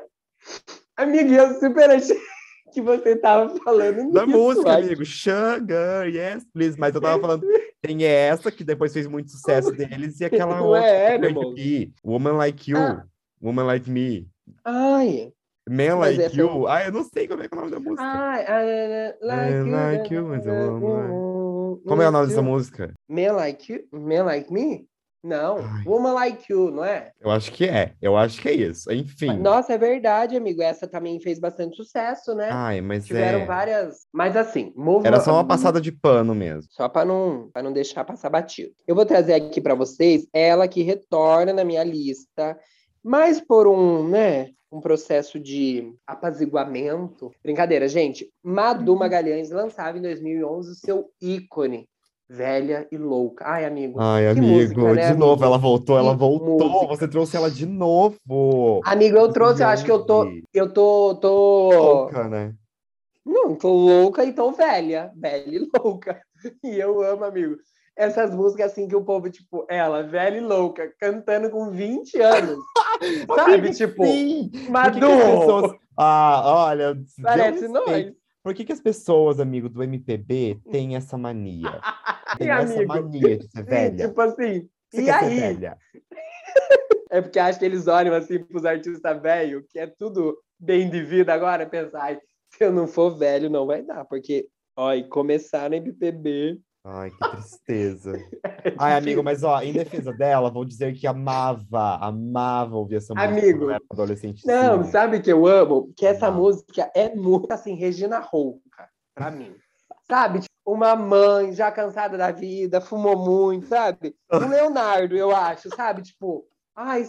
Speaker 1: Amigo, eu super achei que você tava falando
Speaker 2: Da
Speaker 1: nisso,
Speaker 2: música,
Speaker 1: ai.
Speaker 2: amigo. Sugar, yes, please. Mas eu tava falando. Tem essa que depois fez muito sucesso deles e aquela
Speaker 1: Não
Speaker 2: outra.
Speaker 1: é
Speaker 2: Like
Speaker 1: Animals.
Speaker 2: Me, Woman Like You,
Speaker 1: Ah.
Speaker 2: Woman Like Me,
Speaker 1: Ai.
Speaker 2: Man
Speaker 1: Mas
Speaker 2: Like
Speaker 1: essa
Speaker 2: You. Ai, eu não sei como é que é o nome da música.
Speaker 1: Ai, I like
Speaker 2: I
Speaker 1: you,
Speaker 2: like
Speaker 1: da-
Speaker 2: you as a
Speaker 1: da-
Speaker 2: woman.
Speaker 1: woman
Speaker 2: né? Como é o nome
Speaker 1: like
Speaker 2: dessa
Speaker 1: you.
Speaker 2: música?
Speaker 1: Men like you? Men like me? Não,
Speaker 2: Ai.
Speaker 1: woman like you, não é?
Speaker 2: Eu acho que é. Eu acho que é isso. Enfim.
Speaker 1: Nossa, é verdade, amigo. Essa também fez bastante sucesso, né?
Speaker 2: Ai, mas
Speaker 1: Tiveram
Speaker 2: é.
Speaker 1: várias. Mas assim, movimento.
Speaker 2: Ah, Era só uma passada de pano mesmo.
Speaker 1: Só para não, pra não deixar passar batido. Eu vou trazer aqui para vocês ela que retorna na minha lista, mas por um, né, um processo de apaziguamento. Brincadeira, gente. Madu Magalhães lançava em 2011 o seu ícone, Velha e Louca. Ai, amigo.
Speaker 2: Ai,
Speaker 1: Que
Speaker 2: amigo,
Speaker 1: música, né,
Speaker 2: de novo,
Speaker 1: amigo?
Speaker 2: ela voltou, ela
Speaker 1: Que
Speaker 2: voltou.
Speaker 1: música.
Speaker 2: Você trouxe ela de novo.
Speaker 1: Amigo, eu trouxe, eu acho que eu tô, eu tô, tô,
Speaker 2: Louca, né?
Speaker 1: não, tô louca e tô velha, velha e louca. E eu amo, amigo. Essas músicas assim que o povo, tipo, ela, velha e louca, cantando com 20 anos. Sabe,
Speaker 2: Amigo,
Speaker 1: tipo,
Speaker 2: Sim! Por que que as
Speaker 1: Madu,
Speaker 2: pessoas... Ah, olha, deu
Speaker 1: parece
Speaker 2: respeito.
Speaker 1: nós.
Speaker 2: Por que, que as pessoas, amigo, do MPB, têm essa mania? Tem essa
Speaker 1: amigo?
Speaker 2: mania de ser velha.
Speaker 1: Tipo assim,
Speaker 2: Você
Speaker 1: e
Speaker 2: quer ser
Speaker 1: aí?
Speaker 2: velha?
Speaker 1: É porque acho que eles olham assim pros artistas velhos, que é tudo bem de vida agora, pensar, ai, se eu não for velho, não vai dar, porque, ó, e começar no MPB.
Speaker 2: Ai, que tristeza. Ai, amigo, mas ó, em defesa dela, vou dizer que amava, amava ouvir essa música
Speaker 1: Amigo.
Speaker 2: quando eu era adolescente.
Speaker 1: Não,
Speaker 2: sim.
Speaker 1: sabe o que eu amo? Que essa
Speaker 2: Não.
Speaker 1: música é muito assim, Regina Rouca, pra mim. Sabe? Tipo, Uma mãe já cansada da vida, fumou muito, sabe?
Speaker 2: Ah.
Speaker 1: O Leonardo, eu acho, sabe? Tipo, ai,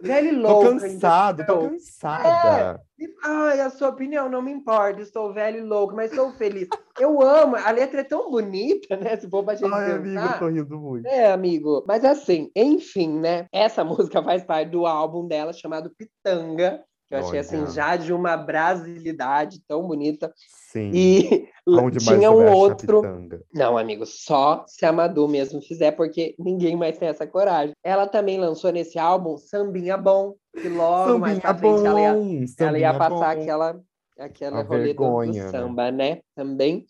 Speaker 1: velho e
Speaker 2: Tô
Speaker 1: louca.
Speaker 2: cansado, tô
Speaker 1: entendeu?
Speaker 2: cansada.
Speaker 1: Ai, a sua opinião não me importa, estou velho e louco, mas sou feliz. Eu amo, a letra é tão bonita, né? Se for pra gente
Speaker 2: Ai, amigo,
Speaker 1: pensar.
Speaker 2: eu tô rindo muito.
Speaker 1: É, amigo. Mas assim, enfim, né? Essa música faz parte do álbum dela chamado Pitanga, que eu achei
Speaker 2: Olha.
Speaker 1: assim já de uma brasilidade tão bonita.
Speaker 2: Sim.
Speaker 1: E
Speaker 2: Aonde mais
Speaker 1: tinha
Speaker 2: você vai
Speaker 1: um
Speaker 2: achar
Speaker 1: outro.
Speaker 2: pitanga?
Speaker 1: Não, amigo, só se a Madu mesmo fizer, porque ninguém mais tem essa coragem. Ela também lançou nesse álbum Sambinha Bom, que logo mais pra
Speaker 2: Sambinha
Speaker 1: frente ela ia, ela
Speaker 2: bom,
Speaker 1: ia
Speaker 2: sambinha
Speaker 1: passar
Speaker 2: é bom.
Speaker 1: aquela, aquela
Speaker 2: A
Speaker 1: rolê do- do,
Speaker 2: vergonha, né?
Speaker 1: samba, né? Também.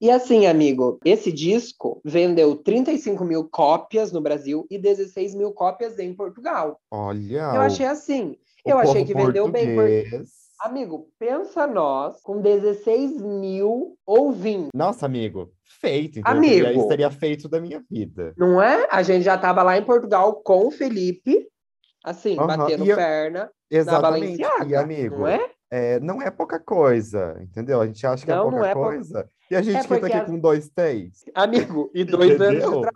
Speaker 1: E assim, amigo, esse disco vendeu 35 mil cópias no Brasil e 16 mil cópias em Portugal.
Speaker 2: Olha,
Speaker 1: eu
Speaker 2: Ah, o-
Speaker 1: achei assim.
Speaker 2: o
Speaker 1: eu achei
Speaker 2: povo
Speaker 1: que vendeu bem, porque.
Speaker 2: português.
Speaker 1: Amigo, pensa nós com 16 mil ouvintes,
Speaker 2: Nossa, amigo, feito. Então,
Speaker 1: Amigo.
Speaker 2: Eu teria, seria feito da minha vida.
Speaker 1: não é? A gente já tava lá em Portugal com o Felipe, assim,
Speaker 2: Aham,
Speaker 1: batendo
Speaker 2: e eu-
Speaker 1: perna na
Speaker 2: Exatamente.
Speaker 1: Balenciaga.
Speaker 2: E, amigo,
Speaker 1: Não é?
Speaker 2: é, não é pouca coisa, entendeu? A gente acha que é
Speaker 1: Não,
Speaker 2: pouca
Speaker 1: não é pouca-
Speaker 2: coisa. E a gente
Speaker 1: É
Speaker 2: que tá
Speaker 1: porque
Speaker 2: aqui
Speaker 1: as-
Speaker 2: com dois, três.
Speaker 1: Amigo, e dois anos de
Speaker 2: entendeu?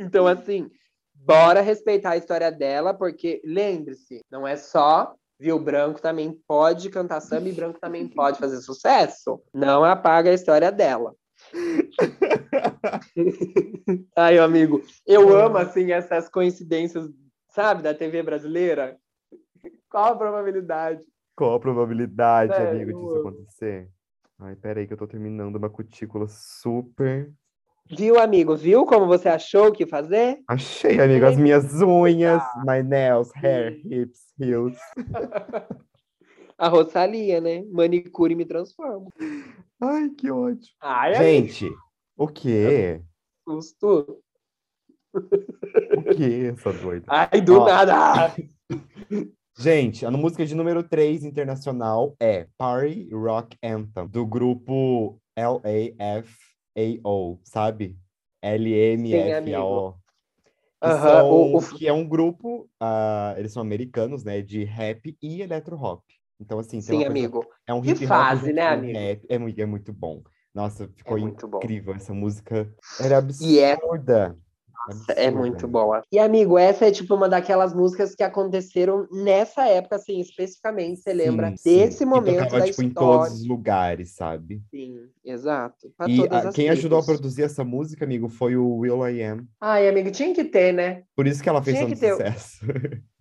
Speaker 1: Então, assim, bora respeitar a história dela, porque lembre-se, não é só. Viu, branco também pode cantar samba e branco também pode fazer sucesso. Não apaga a história dela. Ai, amigo, eu amo, assim, essas coincidências, sabe, da TV brasileira. Qual a probabilidade?
Speaker 2: Qual a probabilidade,
Speaker 1: É,
Speaker 2: amigo,
Speaker 1: eu
Speaker 2: disso
Speaker 1: amo.
Speaker 2: acontecer? Ai, peraí, que eu tô terminando uma cutícula super.
Speaker 1: Viu, amigo, viu como você achou o que fazer?
Speaker 2: Achei, amigo, as
Speaker 1: Ai,
Speaker 2: minhas unhas,
Speaker 1: tá.
Speaker 2: my nails, hair, hips, heels.
Speaker 1: A Rosalia, né? Manicure me transforma.
Speaker 2: Ai, que ótimo.
Speaker 1: é Ai, amigo.
Speaker 2: Gente, o quê?
Speaker 1: susto. Tá
Speaker 2: O que essa doida?
Speaker 1: Ai, do
Speaker 2: Ó.
Speaker 1: nada!
Speaker 2: Gente, a música de número 3 internacional é Party Rock Anthem, do grupo LAFAO, sabe? LMFAO. Que,
Speaker 1: Aham,
Speaker 2: são-
Speaker 1: o- o-
Speaker 2: que é um grupo, ah, eles são americanos, né? De rap e eletro rock. Então, assim,
Speaker 1: Sim,
Speaker 2: tem uma coisa-
Speaker 1: amigo.
Speaker 2: é um
Speaker 1: Que
Speaker 2: hip hop
Speaker 1: fase,
Speaker 2: junto
Speaker 1: né,
Speaker 2: com
Speaker 1: amigo?
Speaker 2: rap. É muito, é muito bom. Nossa,
Speaker 1: É
Speaker 2: ficou
Speaker 1: muito bom.
Speaker 2: incrível. Essa música era
Speaker 1: E é
Speaker 2: absurda.
Speaker 1: É
Speaker 2: Absurda.
Speaker 1: muito boa. E, amigo, essa é tipo uma daquelas músicas que aconteceram nessa época, assim, especificamente. Você lembra
Speaker 2: Sim, sim.
Speaker 1: desse
Speaker 2: E
Speaker 1: momento
Speaker 2: tocava,
Speaker 1: da
Speaker 2: tipo, em
Speaker 1: história.
Speaker 2: todos os lugares, sabe?
Speaker 1: Sim, exato. Pra
Speaker 2: E
Speaker 1: todas
Speaker 2: a-
Speaker 1: as
Speaker 2: quem ajudou a
Speaker 1: tribos.
Speaker 2: produzir essa música, amigo, foi o Will I Am.
Speaker 1: Ai, amigo, tinha que ter, né?
Speaker 2: Por isso que ela fez
Speaker 1: Tinha
Speaker 2: tanto
Speaker 1: que ter o-
Speaker 2: sucesso.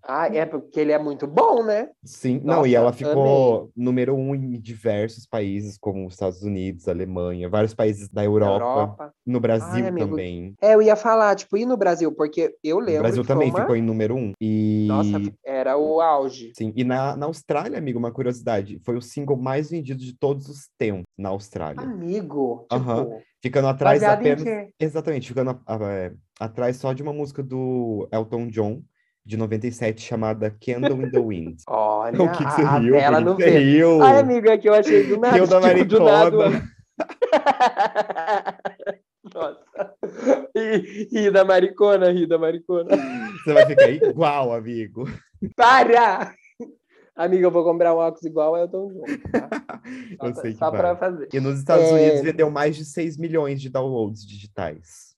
Speaker 1: Ah, é porque ele é muito bom, né?
Speaker 2: Sim, não, e
Speaker 1: Nossa,
Speaker 2: ela ficou número um em diversos países, como os Estados Unidos, Alemanha, vários países da
Speaker 1: Na
Speaker 2: Europa,
Speaker 1: Europa.
Speaker 2: no Brasil
Speaker 1: Ai, amigo,
Speaker 2: também.
Speaker 1: É, eu ia falar, tipo, e no Brasil? Porque eu
Speaker 2: O
Speaker 1: lembro
Speaker 2: Brasil
Speaker 1: que foi
Speaker 2: também
Speaker 1: uma...
Speaker 2: ficou em número um. E
Speaker 1: Nossa, era o auge.
Speaker 2: sim, e na, na Austrália, amigo, uma curiosidade, foi o single mais vendido de todos os tempos na Austrália,
Speaker 1: Amigo,
Speaker 2: Aham.
Speaker 1: tipo,
Speaker 2: ficando atrás
Speaker 1: Ah, baseado em
Speaker 2: apenas
Speaker 1: quê?
Speaker 2: Exatamente, ficando a- a- é, atrás só de uma música do Elton John, de 97, chamada Candle in the Wind.
Speaker 1: Olha,
Speaker 2: O que que você
Speaker 1: a, a
Speaker 2: riu?
Speaker 1: tela
Speaker 2: Por que
Speaker 1: não
Speaker 2: que você
Speaker 1: vê.
Speaker 2: riu?
Speaker 1: Ai, amigo, é que eu achei do nada.
Speaker 2: Rio da
Speaker 1: tipo, do nada,
Speaker 2: Maricona.
Speaker 1: Nossa. Ri, ri da maricona, ri da maricona.
Speaker 2: Você vai ficar igual, amigo.
Speaker 1: Para! Amiga, eu vou comprar um óculos igual ao Elton John. Tá? Só,
Speaker 2: Eu
Speaker 1: pra-
Speaker 2: sei que
Speaker 1: só pra
Speaker 2: vai.
Speaker 1: fazer.
Speaker 2: E nos Estados
Speaker 1: É.
Speaker 2: Unidos vendeu mais de 6 milhões de downloads digitais.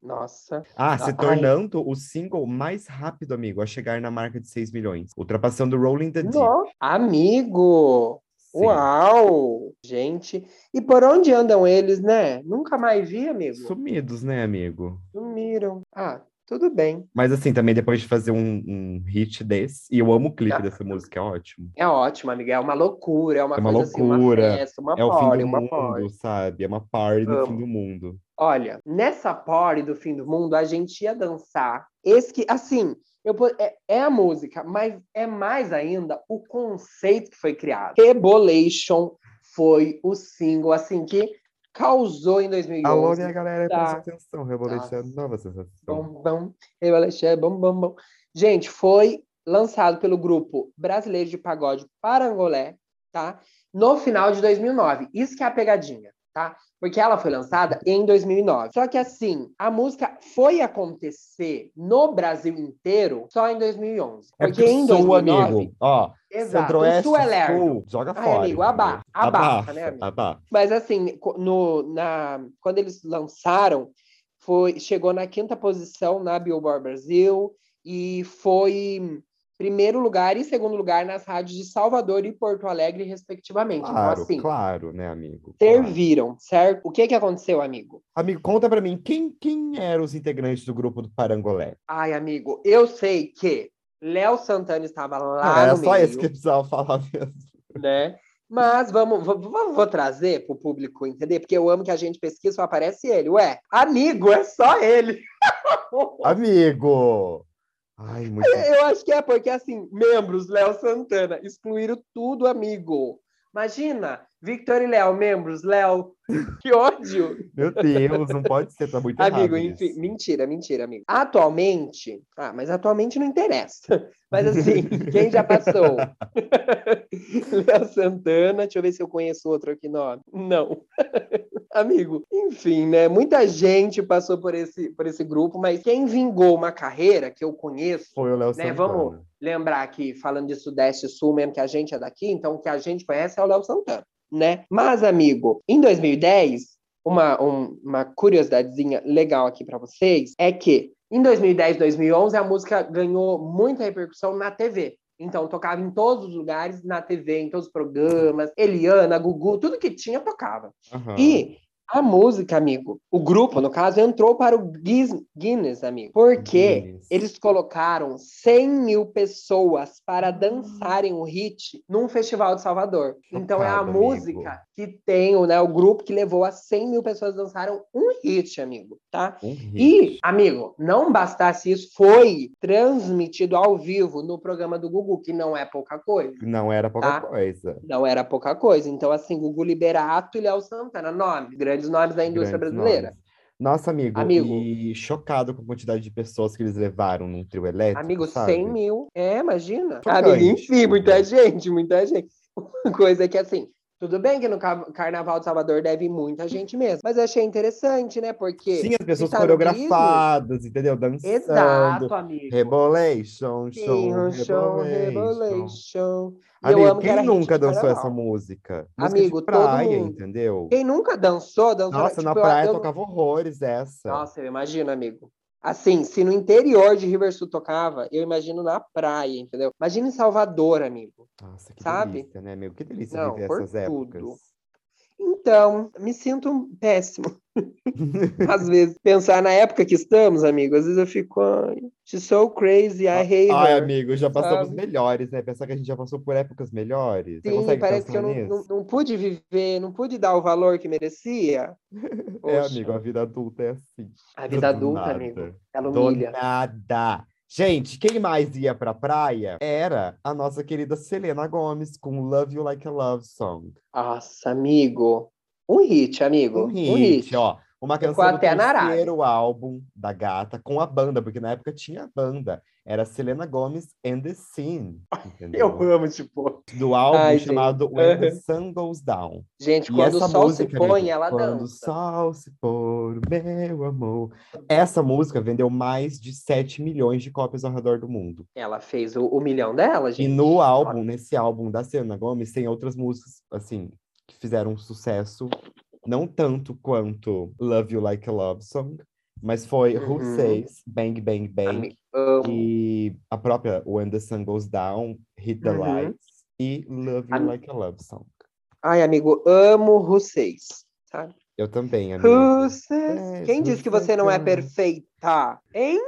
Speaker 1: Nossa.
Speaker 2: Ah, se
Speaker 1: Ai.
Speaker 2: tornando o single mais rápido, amigo, a chegar na marca de 6 milhões, ultrapassando Rolling the Deep.
Speaker 1: Nossa. Amigo!
Speaker 2: Sim.
Speaker 1: Uau! Gente. E por onde andam eles, né? Nunca mais vi, amigo.
Speaker 2: Sumidos, né, amigo?
Speaker 1: Sumiram. Ah, tudo bem.
Speaker 2: Mas assim, também depois de fazer um, um hit desse, e eu amo o clipe
Speaker 1: Ah.
Speaker 2: dessa música, é ótimo.
Speaker 1: É ótimo, amiga. É uma loucura, é uma
Speaker 2: É uma
Speaker 1: coisa
Speaker 2: loucura,
Speaker 1: assim, uma festa, uma
Speaker 2: é o fim
Speaker 1: party,
Speaker 2: do
Speaker 1: uma
Speaker 2: mundo,
Speaker 1: party.
Speaker 2: sabe? É uma party do fim
Speaker 1: Amo.
Speaker 2: do mundo.
Speaker 1: Olha, nessa party do fim do mundo, a gente ia dançar. Esse que, assim, eu, po- é, é a música, mas é mais ainda o conceito que foi criado. Rebolation foi o single, assim, que causou em 2011.
Speaker 2: Alô, minha galera,
Speaker 1: Tá.
Speaker 2: presta atenção, Revolution é
Speaker 1: Nossa.
Speaker 2: nova sensação.
Speaker 1: Bom, bom, Rebolation, bom, bom, bom. Gente, foi lançado pelo grupo brasileiro de pagode Parangolé, tá? No final de 2009. Isso que é a pegadinha, tá? Porque ela foi lançada em 2009. Só que assim, a música foi acontecer no Brasil inteiro só em 2011.
Speaker 2: É
Speaker 1: Porque
Speaker 2: porque
Speaker 1: em
Speaker 2: sul,
Speaker 1: 2009,
Speaker 2: amigo, ó,
Speaker 1: exato, o
Speaker 2: centro-oeste,
Speaker 1: Sul é lerdo.
Speaker 2: sul, joga
Speaker 1: Ai,
Speaker 2: fora. então,
Speaker 1: amigo, aba-
Speaker 2: entendeu?
Speaker 1: abafa, né, amigo?
Speaker 2: abafa.
Speaker 1: Mas assim, co- no, na, quando eles lançaram, foi, chegou na quinta posição na Billboard Brasil e foi primeiro lugar e segundo lugar nas rádios de Salvador e Porto Alegre, respectivamente.
Speaker 2: Claro,
Speaker 1: então, assim,
Speaker 2: claro, né, amigo? Claro.
Speaker 1: serviram, certo? O que, que aconteceu, amigo?
Speaker 2: Amigo, conta pra mim, quem, quem eram os integrantes do grupo do Parangolé?
Speaker 1: Ai, amigo, eu sei que Léo Santana estava lá
Speaker 2: Não, era
Speaker 1: no
Speaker 2: É, só
Speaker 1: meio,
Speaker 2: esse que eu precisava falar mesmo.
Speaker 1: né? Mas vamos, vou, vou- vou trazer pro público entender, porque eu amo que a gente pesquisa, só aparece ele. Ué, amigo, é só ele.
Speaker 2: Amigo! Ai, muito...
Speaker 1: Eu acho que é porque, assim, membros, Léo Santana, excluíram tudo, amigo. Imagina, Victor e Léo, membros, Léo. Que ódio.
Speaker 2: Meu Deus, não pode ser, tá muito
Speaker 1: amigo,
Speaker 2: errado
Speaker 1: enfim,
Speaker 2: isso.
Speaker 1: mentira, mentira, amigo. Atualmente, ah, mas atualmente não interessa. Mas assim, quem já passou? Léo Santana, deixa eu ver se eu conheço outro aqui, nome. Não. Amigo, enfim, né? Muita gente passou por esse, por esse grupo, mas quem vingou uma carreira que eu conheço
Speaker 2: Foi o Léo
Speaker 1: Né,
Speaker 2: Santana.
Speaker 1: vamos- lembrar que, falando de Sudeste e Sul, mesmo que a gente é daqui, então o que a gente conhece é o Léo Santana, né? Mas, amigo, em 2010, uma, um- uma curiosidadezinha legal aqui para vocês é que em 2010, 2011, a música ganhou muita repercussão na TV. Então, tocava em todos os lugares, na TV, em todos os programas. Eliana, Gugu, tudo que tinha, tocava.
Speaker 2: Aham.
Speaker 1: E a música, amigo, o grupo, no caso, entrou para o Guiz- Guinness, amigo, porque
Speaker 2: Guinness.
Speaker 1: eles colocaram 100 mil pessoas para dançarem o hit num festival de Salvador. então é a
Speaker 2: Chocado,
Speaker 1: música que tem o, né, o grupo que levou a 100 mil pessoas dançaram um hit, amigo, tá?
Speaker 2: Um hit.
Speaker 1: E, amigo, não bastasse isso, foi transmitido ao vivo no programa do Gugu, que não é pouca coisa.
Speaker 2: Não era
Speaker 1: Tá.
Speaker 2: pouca coisa.
Speaker 1: Não era pouca coisa. Então, assim, Gugu Liberato e Léo Santana, nomes, grandes nomes da indústria
Speaker 2: Grandes
Speaker 1: brasileira.
Speaker 2: nomes. Nossa, amigo,
Speaker 1: Amigo.
Speaker 2: e chocado com a quantidade de pessoas que eles levaram num trio elétrico,
Speaker 1: Amigo,
Speaker 2: sabe?
Speaker 1: 100 mil. É, imagina.
Speaker 2: Chocante.
Speaker 1: Amigo, enfim, muita gente, muita gente. Uma coisa que, assim, tudo bem que no ca- Carnaval de Salvador deve ir muita gente mesmo. Mas eu achei interessante, né? Porque...
Speaker 2: Sim, as pessoas
Speaker 1: E tá no
Speaker 2: coreografadas, entendeu? Dançando.
Speaker 1: Exato, amigo.
Speaker 2: Rebolation,
Speaker 1: Sim,
Speaker 2: show,
Speaker 1: Ranchão,
Speaker 2: rebolation.
Speaker 1: Revelation. E
Speaker 2: Amigo,
Speaker 1: eu amo que
Speaker 2: quem
Speaker 1: era
Speaker 2: nunca
Speaker 1: ritmo de
Speaker 2: dançou essa
Speaker 1: carnaval.
Speaker 2: música? Música
Speaker 1: Amigo,
Speaker 2: de
Speaker 1: todo
Speaker 2: praia,
Speaker 1: mundo.
Speaker 2: entendeu?
Speaker 1: Quem nunca dançou, dançou.
Speaker 2: Nossa, na
Speaker 1: tipo, eu-
Speaker 2: praia
Speaker 1: eu-
Speaker 2: tocava horrores essa.
Speaker 1: Nossa, eu imagino, amigo. Assim, se no interior de Riversul tocava, eu imagino na praia, entendeu? Imagina em Salvador, amigo.
Speaker 2: Nossa, que
Speaker 1: sabe?
Speaker 2: delícia, né, amigo? Que delícia
Speaker 1: Não,
Speaker 2: viver
Speaker 1: por
Speaker 2: essas épocas.
Speaker 1: tudo. Então, me sinto péssimo. Às vezes, pensar na época que estamos, amigo, às vezes eu fico, ai, she's so crazy, I hate
Speaker 2: Ah, Ai,
Speaker 1: her.
Speaker 2: amigo, já passamos
Speaker 1: sabe?
Speaker 2: melhores, né? Pensar que a gente já passou por épocas melhores. Você
Speaker 1: Sim,
Speaker 2: consegue
Speaker 1: parece
Speaker 2: pensar
Speaker 1: que eu não,
Speaker 2: nisso?
Speaker 1: não- não pude viver, não pude dar o valor que merecia.
Speaker 2: É,
Speaker 1: Poxa,
Speaker 2: amigo, a vida adulta é assim.
Speaker 1: a vida
Speaker 2: do
Speaker 1: adulta,
Speaker 2: nada.
Speaker 1: amigo, ela
Speaker 2: Do
Speaker 1: humilha.
Speaker 2: nada. Gente, quem mais ia pra praia era a nossa querida Selena Gomes com Love You Like a Love Song.
Speaker 1: Nossa, amigo. Um hit, amigo.
Speaker 2: Um hit, ó. Uma canção do
Speaker 1: até na arara.
Speaker 2: terceiro álbum da gata com a banda, porque na época tinha banda. Era Selena Gomes and the Scene, entendeu?
Speaker 1: Eu amo, tipo.
Speaker 2: Do álbum
Speaker 1: Ai, gente.
Speaker 2: chamado When the Sun Goes Down.
Speaker 1: Gente,
Speaker 2: E
Speaker 1: quando o
Speaker 2: essa
Speaker 1: sol
Speaker 2: música,
Speaker 1: se põe,
Speaker 2: amigo,
Speaker 1: ela
Speaker 2: quando o
Speaker 1: dança.
Speaker 2: sol se pôr, meu amor. Essa música vendeu mais de 7 milhões de cópias ao redor do mundo.
Speaker 1: Ela fez o, o milhão dela,
Speaker 2: E
Speaker 1: gente.
Speaker 2: no álbum, nesse álbum da Selena Gomes, tem outras músicas, assim, que fizeram sucesso, não tanto quanto Love You Like a Love Song, mas foi Who
Speaker 1: Uhum.
Speaker 2: Says, Bang Bang Bang,
Speaker 1: Amigo, amo.
Speaker 2: e a própria When the Sun Goes Down, Hit the
Speaker 1: Uhum.
Speaker 2: Lights, e Love You
Speaker 1: Ami-
Speaker 2: Like a Love Song.
Speaker 1: Ai, amigo, amo Russeis. Sabe?
Speaker 2: Eu também, amigo.
Speaker 1: Russeis.
Speaker 2: É,
Speaker 1: Quem disse que
Speaker 2: Russeis,
Speaker 1: você não é
Speaker 2: amo.
Speaker 1: perfeita? Hein?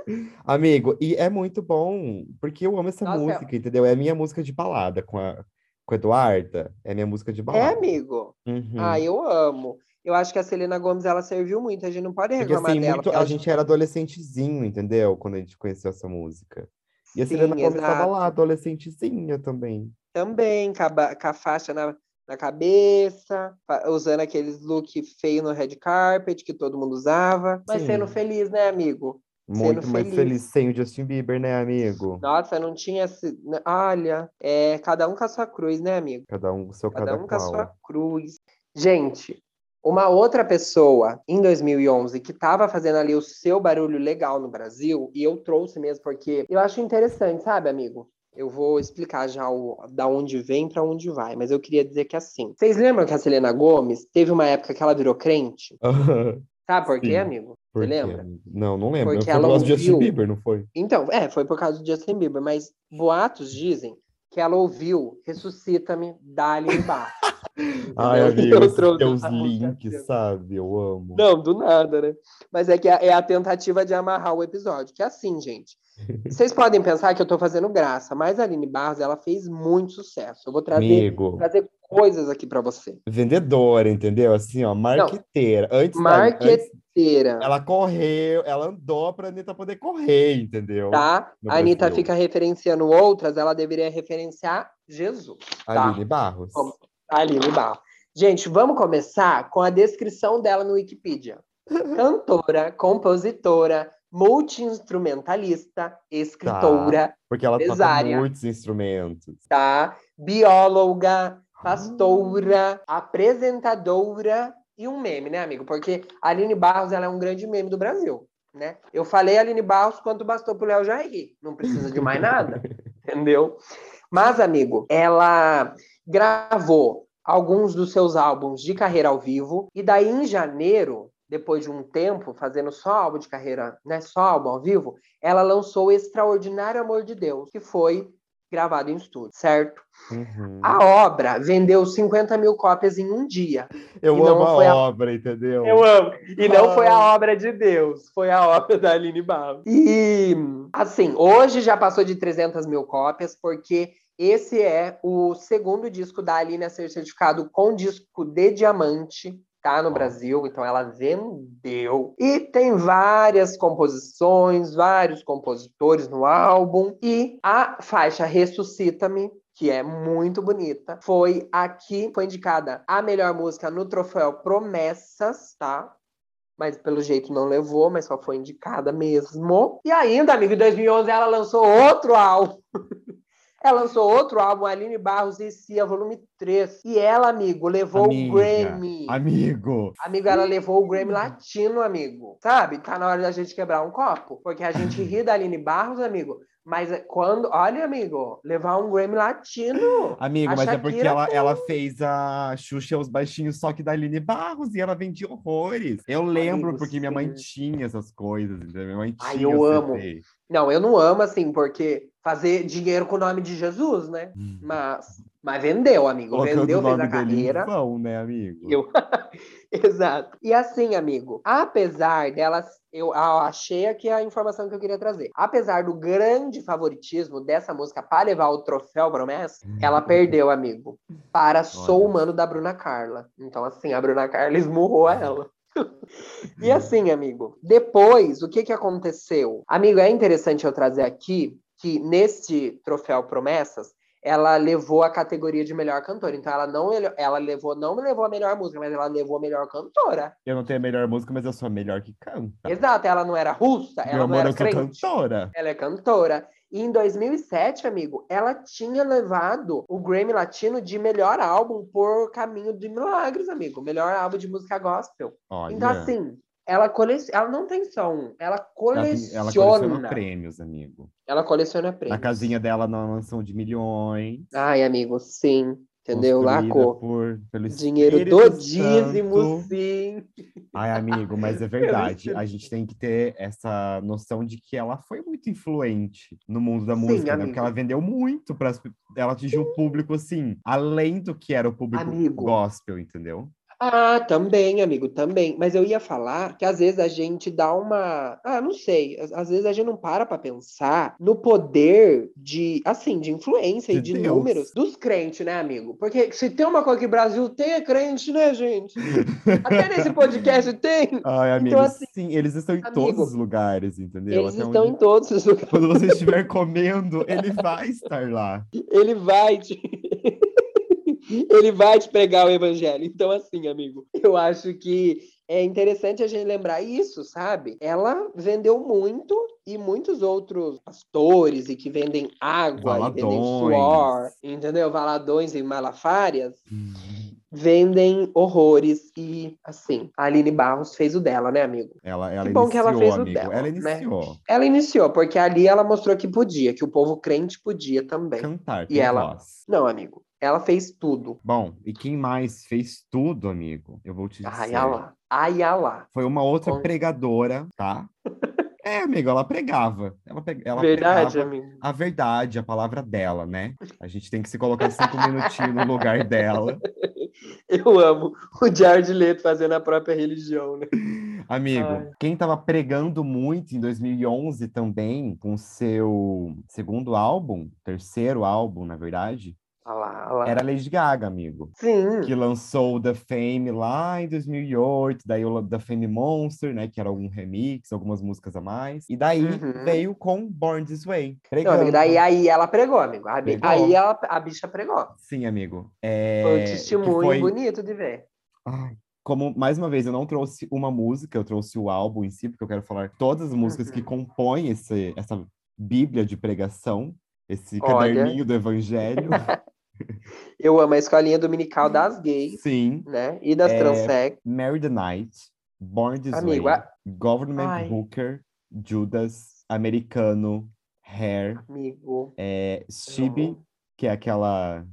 Speaker 2: Amigo, e é muito bom, porque eu amo essa
Speaker 1: Nossa, é-
Speaker 2: música, entendeu? É a minha música de balada com a, com a Eduarda, é a minha música de
Speaker 1: É,
Speaker 2: balada.
Speaker 1: amigo.
Speaker 2: Uhum.
Speaker 1: Ah, eu amo. Eu acho que a Selena Gomes, ela serviu muito. A gente não pode
Speaker 2: Porque
Speaker 1: reclamar
Speaker 2: assim,
Speaker 1: dela.
Speaker 2: muito-
Speaker 1: porque
Speaker 2: a
Speaker 1: ela-
Speaker 2: gente era adolescentezinho, entendeu? Quando a gente conheceu essa música. E a Selena tá
Speaker 1: Sim,
Speaker 2: Gomes estava
Speaker 1: exato.
Speaker 2: lá, adolescentezinha também.
Speaker 1: Também, com a, ba- com a faixa na, na cabeça, fa- usando aqueles look feio no red carpet que todo mundo usava. Mas
Speaker 2: Sim.
Speaker 1: sendo feliz, né, amigo?
Speaker 2: Muito mais
Speaker 1: feliz.
Speaker 2: feliz sem o Justin Bieber, né, amigo?
Speaker 1: Nossa, não tinha. esse- n- Olha, é cada um com a sua cruz, né, amigo?
Speaker 2: Cada um com seu
Speaker 1: Cada,
Speaker 2: cada,
Speaker 1: um com a
Speaker 2: qual.
Speaker 1: sua cruz. Gente, uma outra pessoa em 2011 que estava fazendo ali o seu barulho legal no Brasil, e eu trouxe mesmo porque eu acho interessante, sabe, amigo? Eu vou explicar já o, da onde vem para onde vai, mas eu queria dizer que assim. Vocês lembram que a Selena Gomes teve uma época que ela virou crente? Sabe por
Speaker 2: Sim.
Speaker 1: quê, amigo?
Speaker 2: Por
Speaker 1: Você
Speaker 2: quê,
Speaker 1: lembra?
Speaker 2: amigo? Não, não lembro.
Speaker 1: Porque
Speaker 2: Foi por
Speaker 1: ela
Speaker 2: causa do Justin
Speaker 1: ouviu-
Speaker 2: Bieber, não foi?
Speaker 1: Então, é, foi por causa do Justin Bieber, mas boatos dizem que ela ouviu Ressuscita-me, um Dali e Bar.
Speaker 2: Ai,
Speaker 1: Eu
Speaker 2: amigo, esses
Speaker 1: trouxe
Speaker 2: teus
Speaker 1: essa música
Speaker 2: links,
Speaker 1: assim.
Speaker 2: sabe? Eu amo.
Speaker 1: Não, do nada, né? Mas é que é é a tentativa de amarrar o episódio, que é assim, gente. Vocês podem pensar que eu tô fazendo graça, mas a Aline Barros, ela fez muito sucesso. Eu vou trazer,
Speaker 2: Amigo,
Speaker 1: trazer coisas aqui pra você.
Speaker 2: vendedora, entendeu? Assim, ó, marqueteira. Antes, olha, antes
Speaker 1: Marqueteira,
Speaker 2: ela correu, ela andou pra Anitta poder correr, entendeu?
Speaker 1: tá?
Speaker 2: no
Speaker 1: A Anitta
Speaker 2: Brasil.
Speaker 1: fica referenciando outras, ela deveria referenciar Jesus. tá.
Speaker 2: Aline Barros.
Speaker 1: Como- Aline Barro. Gente, vamos começar com a descrição dela no Wikipedia. Cantora, compositora, multi-instrumentalista, escritora,
Speaker 2: Porque ela
Speaker 1: Cesárea.
Speaker 2: toca muitos instrumentos.
Speaker 1: tá? bióloga, pastora, apresentadora e um meme, né, amigo? Porque a Aline Barros ela é um grande meme do Brasil, né? Eu falei Aline Barros quanto bastou pro Léo Jair. Não precisa de mais nada, entendeu? Mas, amigo, ela gravou alguns dos seus álbuns de carreira ao vivo e daí em janeiro depois de um tempo fazendo só álbum de carreira, né, só álbum ao vivo, ela lançou o Extraordinário Amor de Deus, que foi gravado em estúdio, certo?
Speaker 2: Uhum.
Speaker 1: A obra vendeu 50 mil cópias em um dia.
Speaker 2: Eu
Speaker 1: e não
Speaker 2: amo a
Speaker 1: foi a-
Speaker 2: obra, entendeu?
Speaker 1: amo. E
Speaker 2: Ah.
Speaker 1: não foi a obra de Deus, foi a obra da Aline Barros. E, assim, hoje já passou de 300 mil cópias, porque esse é o segundo disco da Aline a ser certificado com disco de diamante. Tá no
Speaker 2: Ó.
Speaker 1: Brasil, então ela vendeu. E tem várias composições, vários compositores no álbum. E a faixa Ressuscita-me, que é muito bonita, foi aqui, foi indicada a melhor música no troféu Promessas, tá? mas pelo jeito não levou, mas só foi indicada mesmo. E ainda, amigo, em 2011 ela lançou outro álbum. ela lançou outro álbum, Aline Barros e Cia, volume 3. E ela, amigo, levou
Speaker 2: Amiga,
Speaker 1: o Grammy.
Speaker 2: Amigo.
Speaker 1: Amigo, ela levou o Grammy Latino, amigo. Sabe? Tá na hora da gente quebrar um copo. Porque a gente ri da Aline Barros, amigo. Mas é quando. Olha, amigo, levar um Grammy Latino.
Speaker 2: Amigo,
Speaker 1: A
Speaker 2: mas é
Speaker 1: Shakira
Speaker 2: porque ela, ela fez a Xuxa e os baixinhos só que da Aline Barros e ela vendia horrores. Eu lembro
Speaker 1: Amigo,
Speaker 2: porque minha mãe
Speaker 1: sim.
Speaker 2: tinha essas coisas, entendeu? Minha mãe tinha.
Speaker 1: Ai, eu amo.
Speaker 2: CD.
Speaker 1: Não, eu não amo, assim, porque fazer dinheiro com o nome de Jesus, né? Mas, mas vendeu, amigo.
Speaker 2: Colocando
Speaker 1: vendeu,
Speaker 2: o
Speaker 1: fez
Speaker 2: nome
Speaker 1: a
Speaker 2: dele
Speaker 1: carreira.
Speaker 2: em vão, né, amigo?
Speaker 1: Eu- Exato. E assim, amigo, apesar delas, eu ah, achei aqui a informação que eu queria trazer. Apesar do grande favoritismo dessa música para levar o troféu promessa,
Speaker 2: Hum.
Speaker 1: ela perdeu, amigo, para Sou Humano da Bruna Carla. Então, assim, a Bruna Carla esmurrou ela. e assim, amigo, depois, o que que aconteceu? Amigo, é interessante eu trazer aqui que neste troféu promessas ela levou a categoria de melhor cantora. Então ela não ele- ela levou não levou a melhor música, mas ela levou a melhor cantora.
Speaker 2: Eu não tenho a melhor música, mas eu sou a melhor que canta.
Speaker 1: Exato, ela não era russa,
Speaker 2: Tá. Meu
Speaker 1: ela não
Speaker 2: amor,
Speaker 1: era
Speaker 2: eu sou
Speaker 1: crente.
Speaker 2: cantora.
Speaker 1: Ela é cantora. E em 2007, amigo, ela tinha levado o Grammy Latino de melhor álbum por Caminho de Milagres, amigo, melhor álbum de música gospel.
Speaker 2: Olha,
Speaker 1: Então assim, ela cole... ela não tem só um, ela
Speaker 2: ela,
Speaker 1: coleciona.
Speaker 2: ela coleciona prêmios, amigo.
Speaker 1: Ela coleciona prêmios. Ah,
Speaker 2: Na casinha dela, na mansão de milhões.
Speaker 1: Ai, amigo, sim. Entendeu?
Speaker 2: construída
Speaker 1: Lacou.
Speaker 2: Por, pelo
Speaker 1: Dinheiro
Speaker 2: Espírito
Speaker 1: do dízimo,
Speaker 2: Santo.
Speaker 1: sim.
Speaker 2: Ai, amigo, mas é verdade. A gente tem que ter essa noção de que ela foi muito influente no mundo da
Speaker 1: Sim,
Speaker 2: música, né?
Speaker 1: amigo.
Speaker 2: Porque ela vendeu muito para ela atingiu o público assim, além do que era o público
Speaker 1: Amigo.
Speaker 2: gospel, entendeu?
Speaker 1: Ah, também, amigo, também. Mas eu ia falar que às vezes a gente dá uma. Ah, não sei. Às, às vezes a gente não para pra pensar no poder de, assim, de influência e
Speaker 2: De
Speaker 1: de
Speaker 2: Deus.
Speaker 1: números dos crentes, né, amigo? Porque se tem uma coisa que o Brasil tem é crente, né, gente? Até nesse podcast tem.
Speaker 2: Ai, amigo,
Speaker 1: assim,
Speaker 2: sim, eles estão em
Speaker 1: amigo,
Speaker 2: todos os lugares, entendeu?
Speaker 1: Eles
Speaker 2: Até um
Speaker 1: estão
Speaker 2: onde-
Speaker 1: em todos os lugares.
Speaker 2: Quando você estiver comendo, ele vai estar lá.
Speaker 1: Ele vai te. Ele vai te pregar o evangelho. Então, assim, amigo, eu acho que é interessante a gente lembrar isso, sabe? Ela vendeu muito e muitos outros pastores e que vendem água, e vendem
Speaker 2: Valadões.
Speaker 1: suor, entendeu? Valadões e malafárias vendem horrores e, assim, a Aline Barros fez o dela, né, amigo?
Speaker 2: Ela, ela
Speaker 1: Que bom
Speaker 2: iniciou,
Speaker 1: que ela fez o
Speaker 2: amigo.
Speaker 1: dela, né?
Speaker 2: ela iniciou.
Speaker 1: Ela iniciou, porque ali ela mostrou que podia, que o povo crente podia também.
Speaker 2: Cantar,
Speaker 1: E
Speaker 2: ter
Speaker 1: ela-
Speaker 2: voz.
Speaker 1: Não, amigo, ela fez tudo.
Speaker 2: Bom, e quem mais fez tudo, amigo? Eu vou te dizer.
Speaker 1: Ai, alá. Ai, alá.
Speaker 2: Foi uma outra
Speaker 1: Com-
Speaker 2: pregadora, tá? É, amigo, ela pregava. Ela, pe- ela
Speaker 1: Verdade,
Speaker 2: pregava
Speaker 1: amigo.
Speaker 2: a verdade, a palavra dela, né? A gente tem que se colocar cinco minutinhos no lugar dela.
Speaker 1: Eu amo o Jared Leto fazendo a própria religião, né?
Speaker 2: Amigo,
Speaker 1: Ai.
Speaker 2: quem tava pregando muito em 2011 também, com seu segundo álbum, terceiro álbum, na verdade,
Speaker 1: Olha lá, olha lá.
Speaker 2: era Lady Gaga, amigo.
Speaker 1: Sim,
Speaker 2: Que lançou o The Fame lá em 2008, daí o The Fame Monster, né? Que era um remix, algumas músicas a mais. E daí
Speaker 1: Uhum.
Speaker 2: veio com Born This Way.
Speaker 1: Não, amigo,
Speaker 2: pregando.
Speaker 1: daí aí ela pregou, amigo. A bi-
Speaker 2: Pregou.
Speaker 1: Aí ela, a bicha pregou.
Speaker 2: Sim, amigo. É,
Speaker 1: Foi um
Speaker 2: que
Speaker 1: testemunho
Speaker 2: foi-
Speaker 1: bonito de ver.
Speaker 2: Ai, como, mais uma vez, eu não trouxe uma música, eu trouxe o álbum em si, porque eu quero falar todas as músicas que
Speaker 1: Uhum.
Speaker 2: compõem esse, essa bíblia de pregação, esse
Speaker 1: Olha.
Speaker 2: caderninho do evangelho.
Speaker 1: Eu amo a escolinha dominical das gays,
Speaker 2: Sim.
Speaker 1: né? E das
Speaker 2: É,
Speaker 1: transex.
Speaker 2: Marry the Night, Born This
Speaker 1: Amigo,
Speaker 2: Way,
Speaker 1: a-
Speaker 2: Government
Speaker 1: Ai.
Speaker 2: Hooker, Judas, Americano, Hair,
Speaker 1: Amigo.
Speaker 2: é,
Speaker 1: eu
Speaker 2: Chibi,
Speaker 1: amo.
Speaker 2: que é aquela...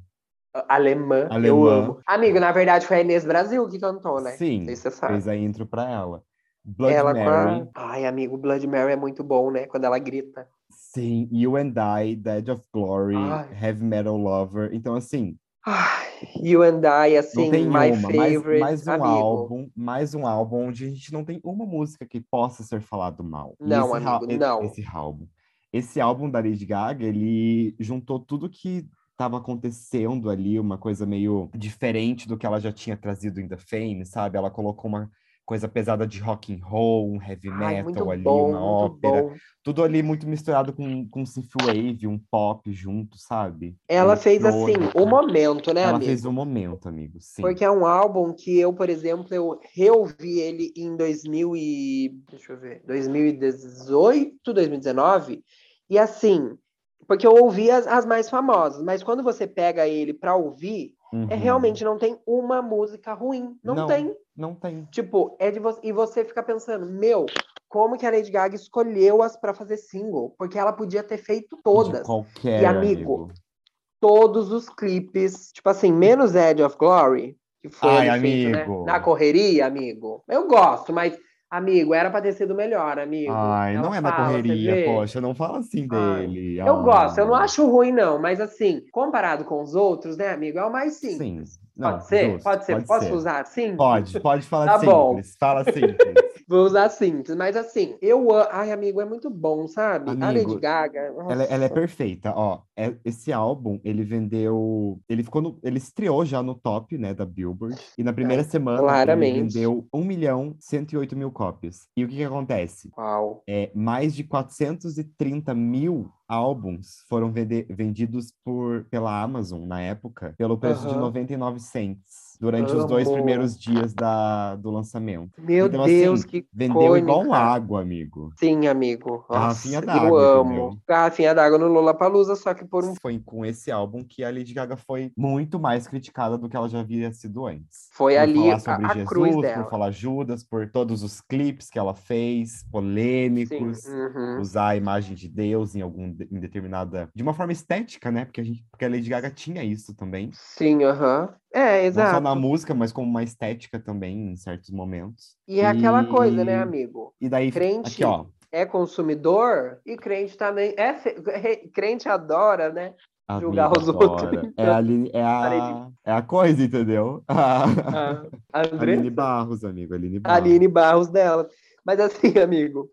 Speaker 1: Alemã, eu
Speaker 2: Alemã.
Speaker 1: amo. Amigo, na verdade foi a Inês Brasil que cantou, né?
Speaker 2: Sim,
Speaker 1: Não sei se você sabe.
Speaker 2: fez a intro pra ela. Blood
Speaker 1: ela
Speaker 2: Mary.
Speaker 1: com a... Ai, amigo, Blood Mary é muito bom, né? Quando ela grita.
Speaker 2: Sim, You and I, Dead of Glory,
Speaker 1: Ai.
Speaker 2: Heavy Metal Lover. Então, assim,
Speaker 1: Ai, You and I,
Speaker 2: não
Speaker 1: assim,
Speaker 2: tem
Speaker 1: my
Speaker 2: uma, mais,
Speaker 1: favorite,
Speaker 2: mais um
Speaker 1: amigo.
Speaker 2: álbum, mais um álbum onde a gente não tem uma música que possa ser falado mal. E
Speaker 1: Não,
Speaker 2: esse ra-
Speaker 1: amigo,
Speaker 2: e-
Speaker 1: não.
Speaker 2: Esse álbum. Esse álbum da Lady Gaga, ele juntou tudo que estava acontecendo ali, uma coisa meio diferente do que ela já tinha trazido em The Fame, sabe? Ela colocou uma coisa pesada de rock and roll, um heavy
Speaker 1: Ai, muito
Speaker 2: metal ali,
Speaker 1: bom,
Speaker 2: uma
Speaker 1: muito
Speaker 2: ópera.
Speaker 1: bom.
Speaker 2: Tudo ali muito misturado com, com synthwave, um pop junto, sabe?
Speaker 1: Ela fez assim,
Speaker 2: Eletrônica.
Speaker 1: o momento, né,
Speaker 2: Ela
Speaker 1: amigo?
Speaker 2: fez um momento, amigo, sim.
Speaker 1: Porque é um álbum que eu, por exemplo, eu reouvi ele em 2000 e, deixa eu ver, 2018, 2019, e assim, porque eu ouvi as, as mais famosas, mas quando você pega ele pra ouvir,
Speaker 2: Uhum.
Speaker 1: é realmente não tem uma música ruim, não,
Speaker 2: Não.
Speaker 1: tem.
Speaker 2: Não tem.
Speaker 1: Tipo, é de você e você fica pensando, meu, como que a Lady Gaga escolheu as pra fazer single? Porque ela podia ter feito
Speaker 2: De
Speaker 1: todas.
Speaker 2: qualquer,
Speaker 1: E, amigo, todos os clipes. Tipo assim, menos Edge of Glory, que foi
Speaker 2: Ai,
Speaker 1: ali feito, né,
Speaker 2: amigo.
Speaker 1: na correria, amigo. Eu gosto, mas, amigo, era pra ter sido melhor, amigo.
Speaker 2: Ai,
Speaker 1: Ela
Speaker 2: não é na
Speaker 1: fala, você
Speaker 2: correria,
Speaker 1: vê.
Speaker 2: poxa. Não fala assim
Speaker 1: Ai,
Speaker 2: dele.
Speaker 1: Eu
Speaker 2: ai.
Speaker 1: gosto, eu não acho ruim, não, mas assim, comparado com os outros, né, amigo? É o mais simples.
Speaker 2: Sim. Não,
Speaker 1: pode, ser?
Speaker 2: justo,
Speaker 1: pode ser? Posso usar simples?
Speaker 2: Pode, pode falar
Speaker 1: Tá bom.
Speaker 2: simples. Fala simples.
Speaker 1: Vou usar simples, mas assim, eu. a- Ai, amigo, é muito bom, sabe? a
Speaker 2: Amigo,
Speaker 1: Lady Gaga. nossa.
Speaker 2: Ela, ela é perfeita, ó. É- Esse álbum, ele vendeu. Ele ficou no. Ele estreou já no top, né, da Billboard. E na primeira semana,
Speaker 1: É, claramente.
Speaker 2: ele vendeu 1 milhão 108 mil cópias. E o que, que acontece?
Speaker 1: Uau.
Speaker 2: É, mais de 430 mil álbuns foram vende- vendidos por, pela Amazon na época, pelo preço de
Speaker 1: Aham.
Speaker 2: 99 cents, durante os dois
Speaker 1: Amo.
Speaker 2: primeiros dias da, do lançamento.
Speaker 1: Meu
Speaker 2: Então, assim,
Speaker 1: Deus, que
Speaker 2: Vendeu igual
Speaker 1: Icônica.
Speaker 2: água, amigo.
Speaker 1: Sim, amigo.
Speaker 2: Garrafinha
Speaker 1: Nossa,
Speaker 2: d'água,
Speaker 1: eu amo.
Speaker 2: entendeu?
Speaker 1: Garrafinha d'água no Lollapalooza, só que por um...
Speaker 2: Foi com esse álbum que a Lady Gaga foi muito mais criticada do que ela já havia sido antes.
Speaker 1: Foi
Speaker 2: Por
Speaker 1: ali a,
Speaker 2: falar sobre
Speaker 1: a
Speaker 2: Jesus,
Speaker 1: cruz
Speaker 2: por
Speaker 1: dela.
Speaker 2: falar Judas, por todos os clipes que ela fez,
Speaker 1: Sim.
Speaker 2: polêmicos.
Speaker 1: uhum.
Speaker 2: usar a imagem de Deus em algum em determinada de uma forma estética, né? Porque a gente, porque a Lady Gaga tinha isso também,
Speaker 1: Sim, aham. É,
Speaker 2: não só
Speaker 1: exato.
Speaker 2: na música, mas como uma estética também em certos momentos.
Speaker 1: E é aquela coisa, né,
Speaker 2: E-
Speaker 1: amigo?
Speaker 2: E daí
Speaker 1: Crente.
Speaker 2: aqui, ó,
Speaker 1: É consumidor e crente também. É fe- re- Crente adora, né?
Speaker 2: a
Speaker 1: Julgar
Speaker 2: amiga
Speaker 1: os outros,
Speaker 2: adora.
Speaker 1: então.
Speaker 2: É a, Aline- é
Speaker 1: Parei
Speaker 2: a é a coisa, entendeu? A
Speaker 1: A
Speaker 2: Aline
Speaker 1: Andressa.
Speaker 2: Barros, amigo, Aline
Speaker 1: A
Speaker 2: Barros.
Speaker 1: Aline Barros dela. Mas assim, amigo,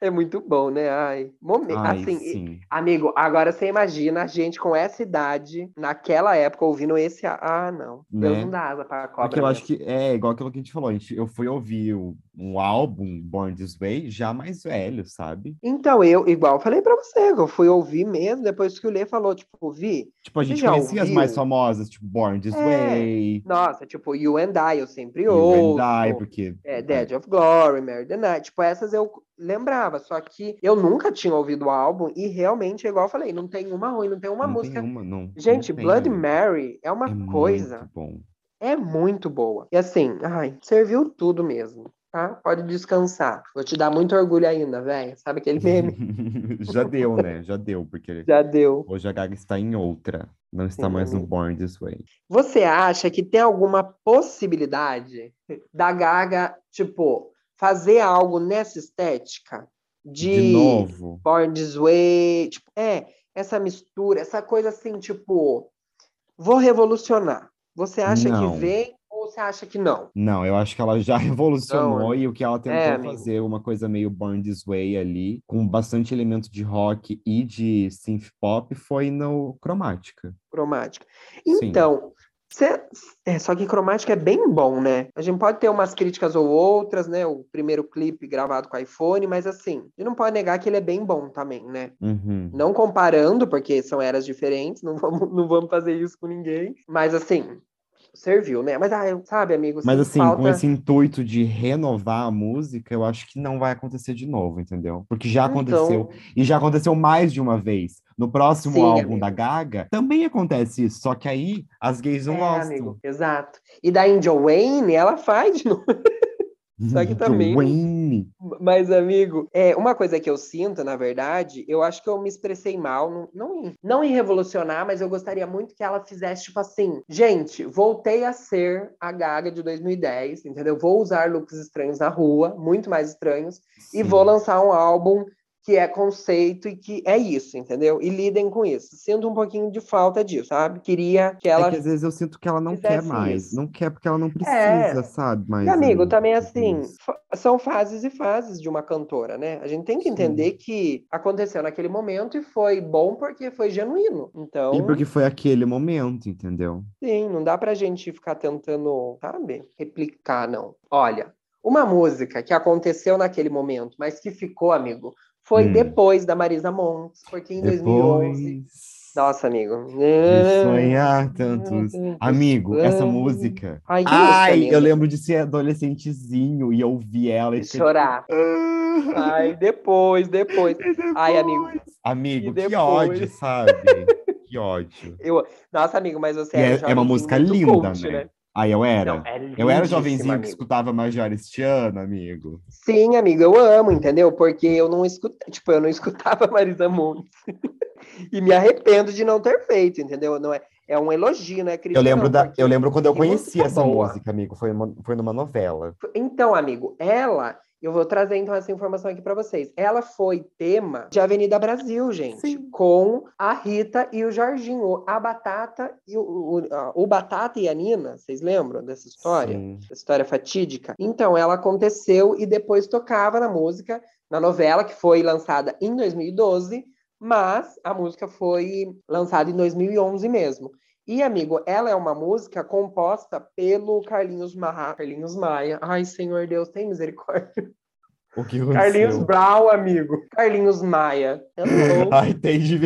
Speaker 1: é muito bom, né? Ai, momento.
Speaker 2: Ai,
Speaker 1: Assim, e-
Speaker 2: sim.
Speaker 1: amigo, agora você imagina a gente com essa idade, naquela época, ouvindo esse. Ah, não. Deus
Speaker 2: Né?
Speaker 1: não dá asa pra cobra.
Speaker 2: Porque eu acho
Speaker 1: mesmo.
Speaker 2: que é igual aquilo que a gente falou, a gente, eu fui ouvir o- um álbum Born This Way já mais velho, sabe?
Speaker 1: Então, eu, igual eu falei pra você, que eu fui ouvir mesmo, depois que o Lê falou, tipo, vi,
Speaker 2: Tipo, a
Speaker 1: Você
Speaker 2: gente
Speaker 1: já
Speaker 2: conhecia as mais
Speaker 1: ouviu?
Speaker 2: famosas, tipo Born This
Speaker 1: É.
Speaker 2: Way,
Speaker 1: nossa, tipo, You and I, eu sempre
Speaker 2: You
Speaker 1: ouço,
Speaker 2: and I, porque.
Speaker 1: é, Dead of Glory, Mary the Night, tipo, essas eu lembrava, só que eu nunca tinha ouvido o álbum, e realmente, é igual eu falei, não tem uma ruim, não tem uma
Speaker 2: não tem
Speaker 1: música...
Speaker 2: uma, não,
Speaker 1: Gente,
Speaker 2: não tem,
Speaker 1: Blood
Speaker 2: amigo.
Speaker 1: Mary é uma
Speaker 2: É muito
Speaker 1: coisa,
Speaker 2: bom.
Speaker 1: é muito boa. E assim, ai, serviu tudo mesmo, tá? Pode descansar. Vou te dar muito orgulho ainda, velho. Sabe aquele meme?
Speaker 2: Já deu, né? Já deu, porque
Speaker 1: Já deu.
Speaker 2: hoje a Gaga está em outra. Não está
Speaker 1: Sim,
Speaker 2: mais no
Speaker 1: amigo.
Speaker 2: Born This Way.
Speaker 1: Você acha que tem alguma possibilidade da Gaga, tipo, fazer algo nessa estética de,
Speaker 2: De novo.
Speaker 1: Born This Way, tipo, é, essa mistura, essa coisa assim, tipo, vou revolucionar. Você acha
Speaker 2: Não.
Speaker 1: que vem ou você acha que não?
Speaker 2: Não, eu acho que ela já revolucionou
Speaker 1: Não,
Speaker 2: e o que ela tentou
Speaker 1: É, amigo.
Speaker 2: fazer uma coisa meio Born This Way ali, com bastante elemento de rock e de synth pop, foi no Cromática.
Speaker 1: Cromática.
Speaker 2: Sim.
Speaker 1: Então, cê- é, só que cromática é bem bom, né? A gente pode ter umas críticas ou outras, né? O primeiro clipe gravado com iPhone, mas assim, a gente não pode negar que ele é bem bom também, né?
Speaker 2: Uhum.
Speaker 1: Não comparando, porque são eras diferentes, não vamos, não vamos fazer isso com ninguém. Mas assim, serviu, né? Mas, ah, eu- sabe, amigo,
Speaker 2: Mas
Speaker 1: sinto
Speaker 2: assim,
Speaker 1: falta...
Speaker 2: com esse intuito de renovar a música, eu acho que não vai acontecer de novo, entendeu? Porque já aconteceu.
Speaker 1: Então,
Speaker 2: E já aconteceu mais de uma vez. No próximo
Speaker 1: Sim,
Speaker 2: álbum
Speaker 1: amigo.
Speaker 2: da Gaga, também acontece isso. Só que aí as gays não
Speaker 1: é,
Speaker 2: gostam.
Speaker 1: amigo, exato. E da Angel Wayne, ela faz de novo. Só que também-
Speaker 2: Wayne.
Speaker 1: Mas, amigo, é, uma coisa que eu sinto, na verdade, eu acho que eu me expressei mal, não, não, em, não em revolucionar, mas eu gostaria muito que ela fizesse, tipo assim, gente, voltei a ser a Gaga de 2010, entendeu? Vou usar looks estranhos na rua, muito mais estranhos, e
Speaker 2: Sim.
Speaker 1: vou lançar um álbum que é conceito e que é isso, entendeu? E lidem com isso. Sinto um pouquinho de falta disso, sabe? Queria que ela
Speaker 2: É que às vezes eu sinto que ela não quer
Speaker 1: fizesse
Speaker 2: mais.
Speaker 1: isso.
Speaker 2: Não quer porque ela não precisa, sabe? Mais
Speaker 1: E,
Speaker 3: é
Speaker 1: amigo,
Speaker 2: ali,
Speaker 1: também
Speaker 2: tipo
Speaker 1: assim,
Speaker 2: isso.
Speaker 1: fa- são fases e fases de uma cantora, né? A gente tem que
Speaker 2: Sim.
Speaker 1: entender que aconteceu naquele momento e foi bom porque foi genuíno. Então,
Speaker 2: E porque foi aquele momento, entendeu?
Speaker 1: sim, não dá pra gente ficar tentando, sabe, replicar, não. Olha, Uma música que aconteceu naquele momento, mas que ficou, amigo, foi
Speaker 3: Hum.
Speaker 1: depois da Marisa Montes, porque em 2011. Nossa, amigo. Ah.
Speaker 3: de sonhar tantos. Amigo, essa
Speaker 1: Ai,
Speaker 3: música.
Speaker 1: Ai, que
Speaker 3: Ai,
Speaker 1: música,
Speaker 3: eu
Speaker 1: amigo.
Speaker 3: lembro de ser adolescentezinho e ouvir ela e
Speaker 1: De chorar.
Speaker 3: Ah,
Speaker 1: Ai, depois, depois. Ai, amigo.
Speaker 3: Amigo,
Speaker 1: E
Speaker 3: que
Speaker 1: depois?
Speaker 3: ódio, sabe? que ódio.
Speaker 1: Eu... Nossa, amigo, mas você
Speaker 3: E
Speaker 1: era
Speaker 3: é- é
Speaker 1: jovem,
Speaker 3: uma música
Speaker 1: muito
Speaker 3: linda,
Speaker 1: cult,
Speaker 3: né? Aí eu era.
Speaker 1: Não, é
Speaker 3: eu era
Speaker 1: lindíssima,
Speaker 3: jovenzinho que
Speaker 1: amigo.
Speaker 3: escutava Majoristiano, amigo.
Speaker 1: Sim, amigo, eu amo, entendeu? Porque eu não escutava, tipo, eu não escutava Marisa Montes. e me arrependo de não ter feito, entendeu? Não é, é um elogio, não é crítica.
Speaker 2: Eu lembro,
Speaker 1: não,
Speaker 2: da,
Speaker 1: porque-
Speaker 2: eu lembro quando eu
Speaker 1: que
Speaker 2: conheci
Speaker 1: música
Speaker 2: essa
Speaker 1: boa.
Speaker 2: música, amigo. Foi, uma- foi numa novela.
Speaker 1: Então, amigo, ela, eu vou trazer então essa informação aqui pra vocês. Ela foi tema de Avenida Brasil, gente,
Speaker 3: Sim.
Speaker 1: com a Rita e o Jorginho, a Batata e o, o, a- o Batata e a Nina, vocês lembram dessa história?
Speaker 2: Sim.
Speaker 1: essa história fatídica. Então, ela aconteceu e depois tocava na música, na novela, que foi lançada em 2012, mas a música foi lançada em 2011 mesmo. E, amigo, ela é uma música composta pelo Carlinhos, Ma... Carlinhos Maia. Ai, Senhor Deus, tem misericórdia.
Speaker 2: O que
Speaker 1: Carlinhos
Speaker 2: aconteceu?
Speaker 1: Brown, amigo. Carlinhos Maia. Hello.
Speaker 2: Ai, tem de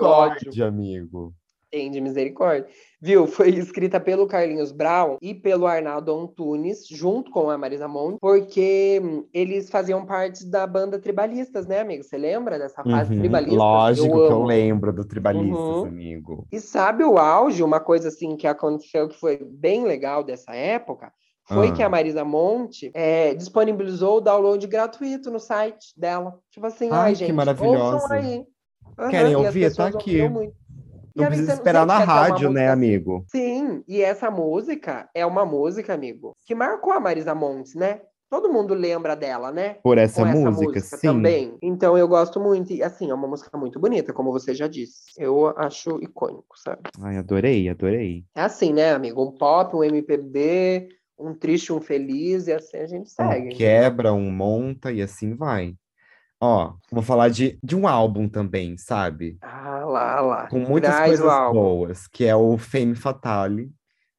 Speaker 2: misericórdia, amigo.
Speaker 1: Tem de misericórdia. Viu? Foi escrita pelo Carlinhos Brown e pelo Arnaldo Antunes, junto com a Marisa Monte, porque hum, eles faziam parte da banda Tribalistas, né, amigo? Você lembra dessa fase
Speaker 2: Uhum,
Speaker 1: Tribalistas?
Speaker 2: Lógico
Speaker 1: eu
Speaker 2: que eu
Speaker 1: amo.
Speaker 2: lembro do Tribalistas,
Speaker 1: Uhum.
Speaker 2: amigo.
Speaker 1: E sabe o auge, uma coisa assim que aconteceu que foi bem legal dessa época? Foi
Speaker 3: Ah.
Speaker 1: que a Marisa Monte é, disponibilizou o download gratuito no site dela. Tipo assim,
Speaker 3: Ai,
Speaker 1: ai,
Speaker 3: que
Speaker 1: gente,
Speaker 3: maravilhosa.
Speaker 1: ouçam aí. Aham,
Speaker 2: Ah, Querem
Speaker 1: e as
Speaker 2: ouvir? Tá
Speaker 1: pessoas
Speaker 2: aqui.
Speaker 1: ouviam muito. E,
Speaker 2: Não
Speaker 1: amigo,
Speaker 2: precisa
Speaker 1: você
Speaker 2: esperar na
Speaker 1: sempre quer ter uma
Speaker 2: rádio, né,
Speaker 1: é música
Speaker 2: amigo?
Speaker 1: Sim, e essa música é uma música, amigo, que marcou a Marisa Montes, né? Todo mundo lembra dela, né?
Speaker 2: Por essa,
Speaker 1: Com essa
Speaker 2: música, sim.
Speaker 1: também. Então eu gosto muito. E assim, é uma música muito bonita, como você já disse. Eu acho icônico, sabe?
Speaker 2: Ai, adorei, adorei.
Speaker 1: É assim, né, amigo? Um pop, um MPB, um triste, um feliz, e assim a gente
Speaker 2: Um
Speaker 1: segue.
Speaker 2: quebra, um monta e assim vai. Ó, vou falar de, de um álbum também, sabe?
Speaker 1: Ah lá, lá.
Speaker 2: Com muitas
Speaker 1: Traz o
Speaker 2: coisas
Speaker 1: álbum.
Speaker 2: boas, que é o Femme Fatale,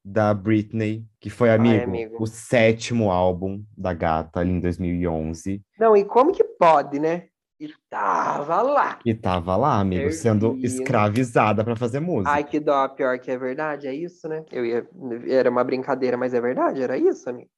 Speaker 2: da Britney, que foi,
Speaker 1: amigo.
Speaker 2: o sétimo álbum da gata, ali em 2011.
Speaker 1: Não, e como que pode, né? E tava lá.
Speaker 2: E tava lá, amigo, sendo
Speaker 1: Servindo.
Speaker 2: escravizada pra fazer música.
Speaker 1: Ai, que dó, pior que é verdade, é isso, né? Eu ia. Era uma brincadeira, mas é verdade, era isso, amigo.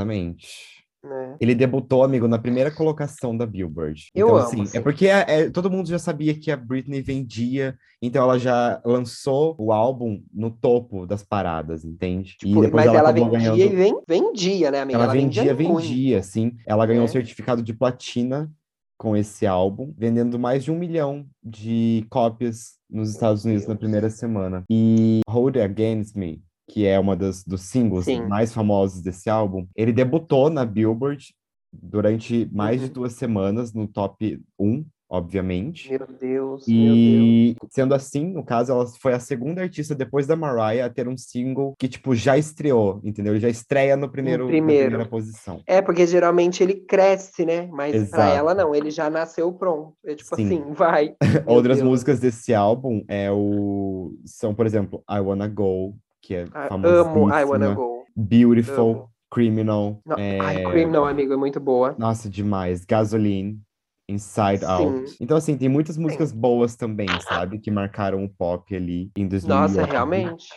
Speaker 2: Exatamente.
Speaker 1: Né?
Speaker 2: Ele debutou, amigo, na primeira colocação da Billboard.
Speaker 1: Eu
Speaker 2: então,
Speaker 1: amo,
Speaker 2: assim,
Speaker 1: sim.
Speaker 2: é porque é- é- todo mundo já sabia que a Britney vendia, então ela já lançou o álbum no topo das paradas, entende?
Speaker 1: Tipo,
Speaker 2: e depois
Speaker 1: mas
Speaker 2: ela,
Speaker 1: ela,
Speaker 2: acabou
Speaker 1: vendia
Speaker 2: ganhando.
Speaker 1: e ven- vendia, né, amiga?
Speaker 2: Ela, vendia,
Speaker 1: muito.
Speaker 2: vendia, assim. Ela ganhou
Speaker 1: É.
Speaker 2: um certificado de platina com esse álbum, vendendo mais de um milhão de cópias nos Estados Unidos na
Speaker 1: Deus.
Speaker 2: primeira semana. E Hold It Against Me, que é uma das, dos singles
Speaker 1: Sim.
Speaker 2: mais famosos desse álbum, ele debutou na Billboard durante mais de
Speaker 1: Uhum.
Speaker 2: duas semanas no top 1, obviamente.
Speaker 1: Meu Deus, meu Deus.
Speaker 2: E sendo assim, no caso, ela foi a segunda artista depois da Mariah a ter um single que, tipo, já estreou, entendeu? Ele já estreia no primeiro, na
Speaker 1: primeiro.
Speaker 2: primeira posição.
Speaker 1: É, porque geralmente ele cresce, né? Mas pra
Speaker 2: Exato.
Speaker 1: ela não, ele já nasceu pronto. É tipo
Speaker 2: Sim.
Speaker 1: assim, vai. Meu
Speaker 2: Outras
Speaker 1: Deus.
Speaker 2: músicas desse álbum é o... são, por exemplo, I Wanna Go, que é
Speaker 1: Ah,
Speaker 2: famosíssima.
Speaker 1: Amo I Wanna Go.
Speaker 2: Beautiful,
Speaker 1: Amo.
Speaker 2: Criminal.
Speaker 1: Não,
Speaker 2: né? é,
Speaker 1: Ai, Criminal, amigo, é muito boa.
Speaker 2: Nossa, demais. Gasoline, Inside
Speaker 1: Sim.
Speaker 2: Out. Então, assim, tem muitas músicas boas também, sabe? Que marcaram o pop ali em 2000.
Speaker 1: Nossa, realmente.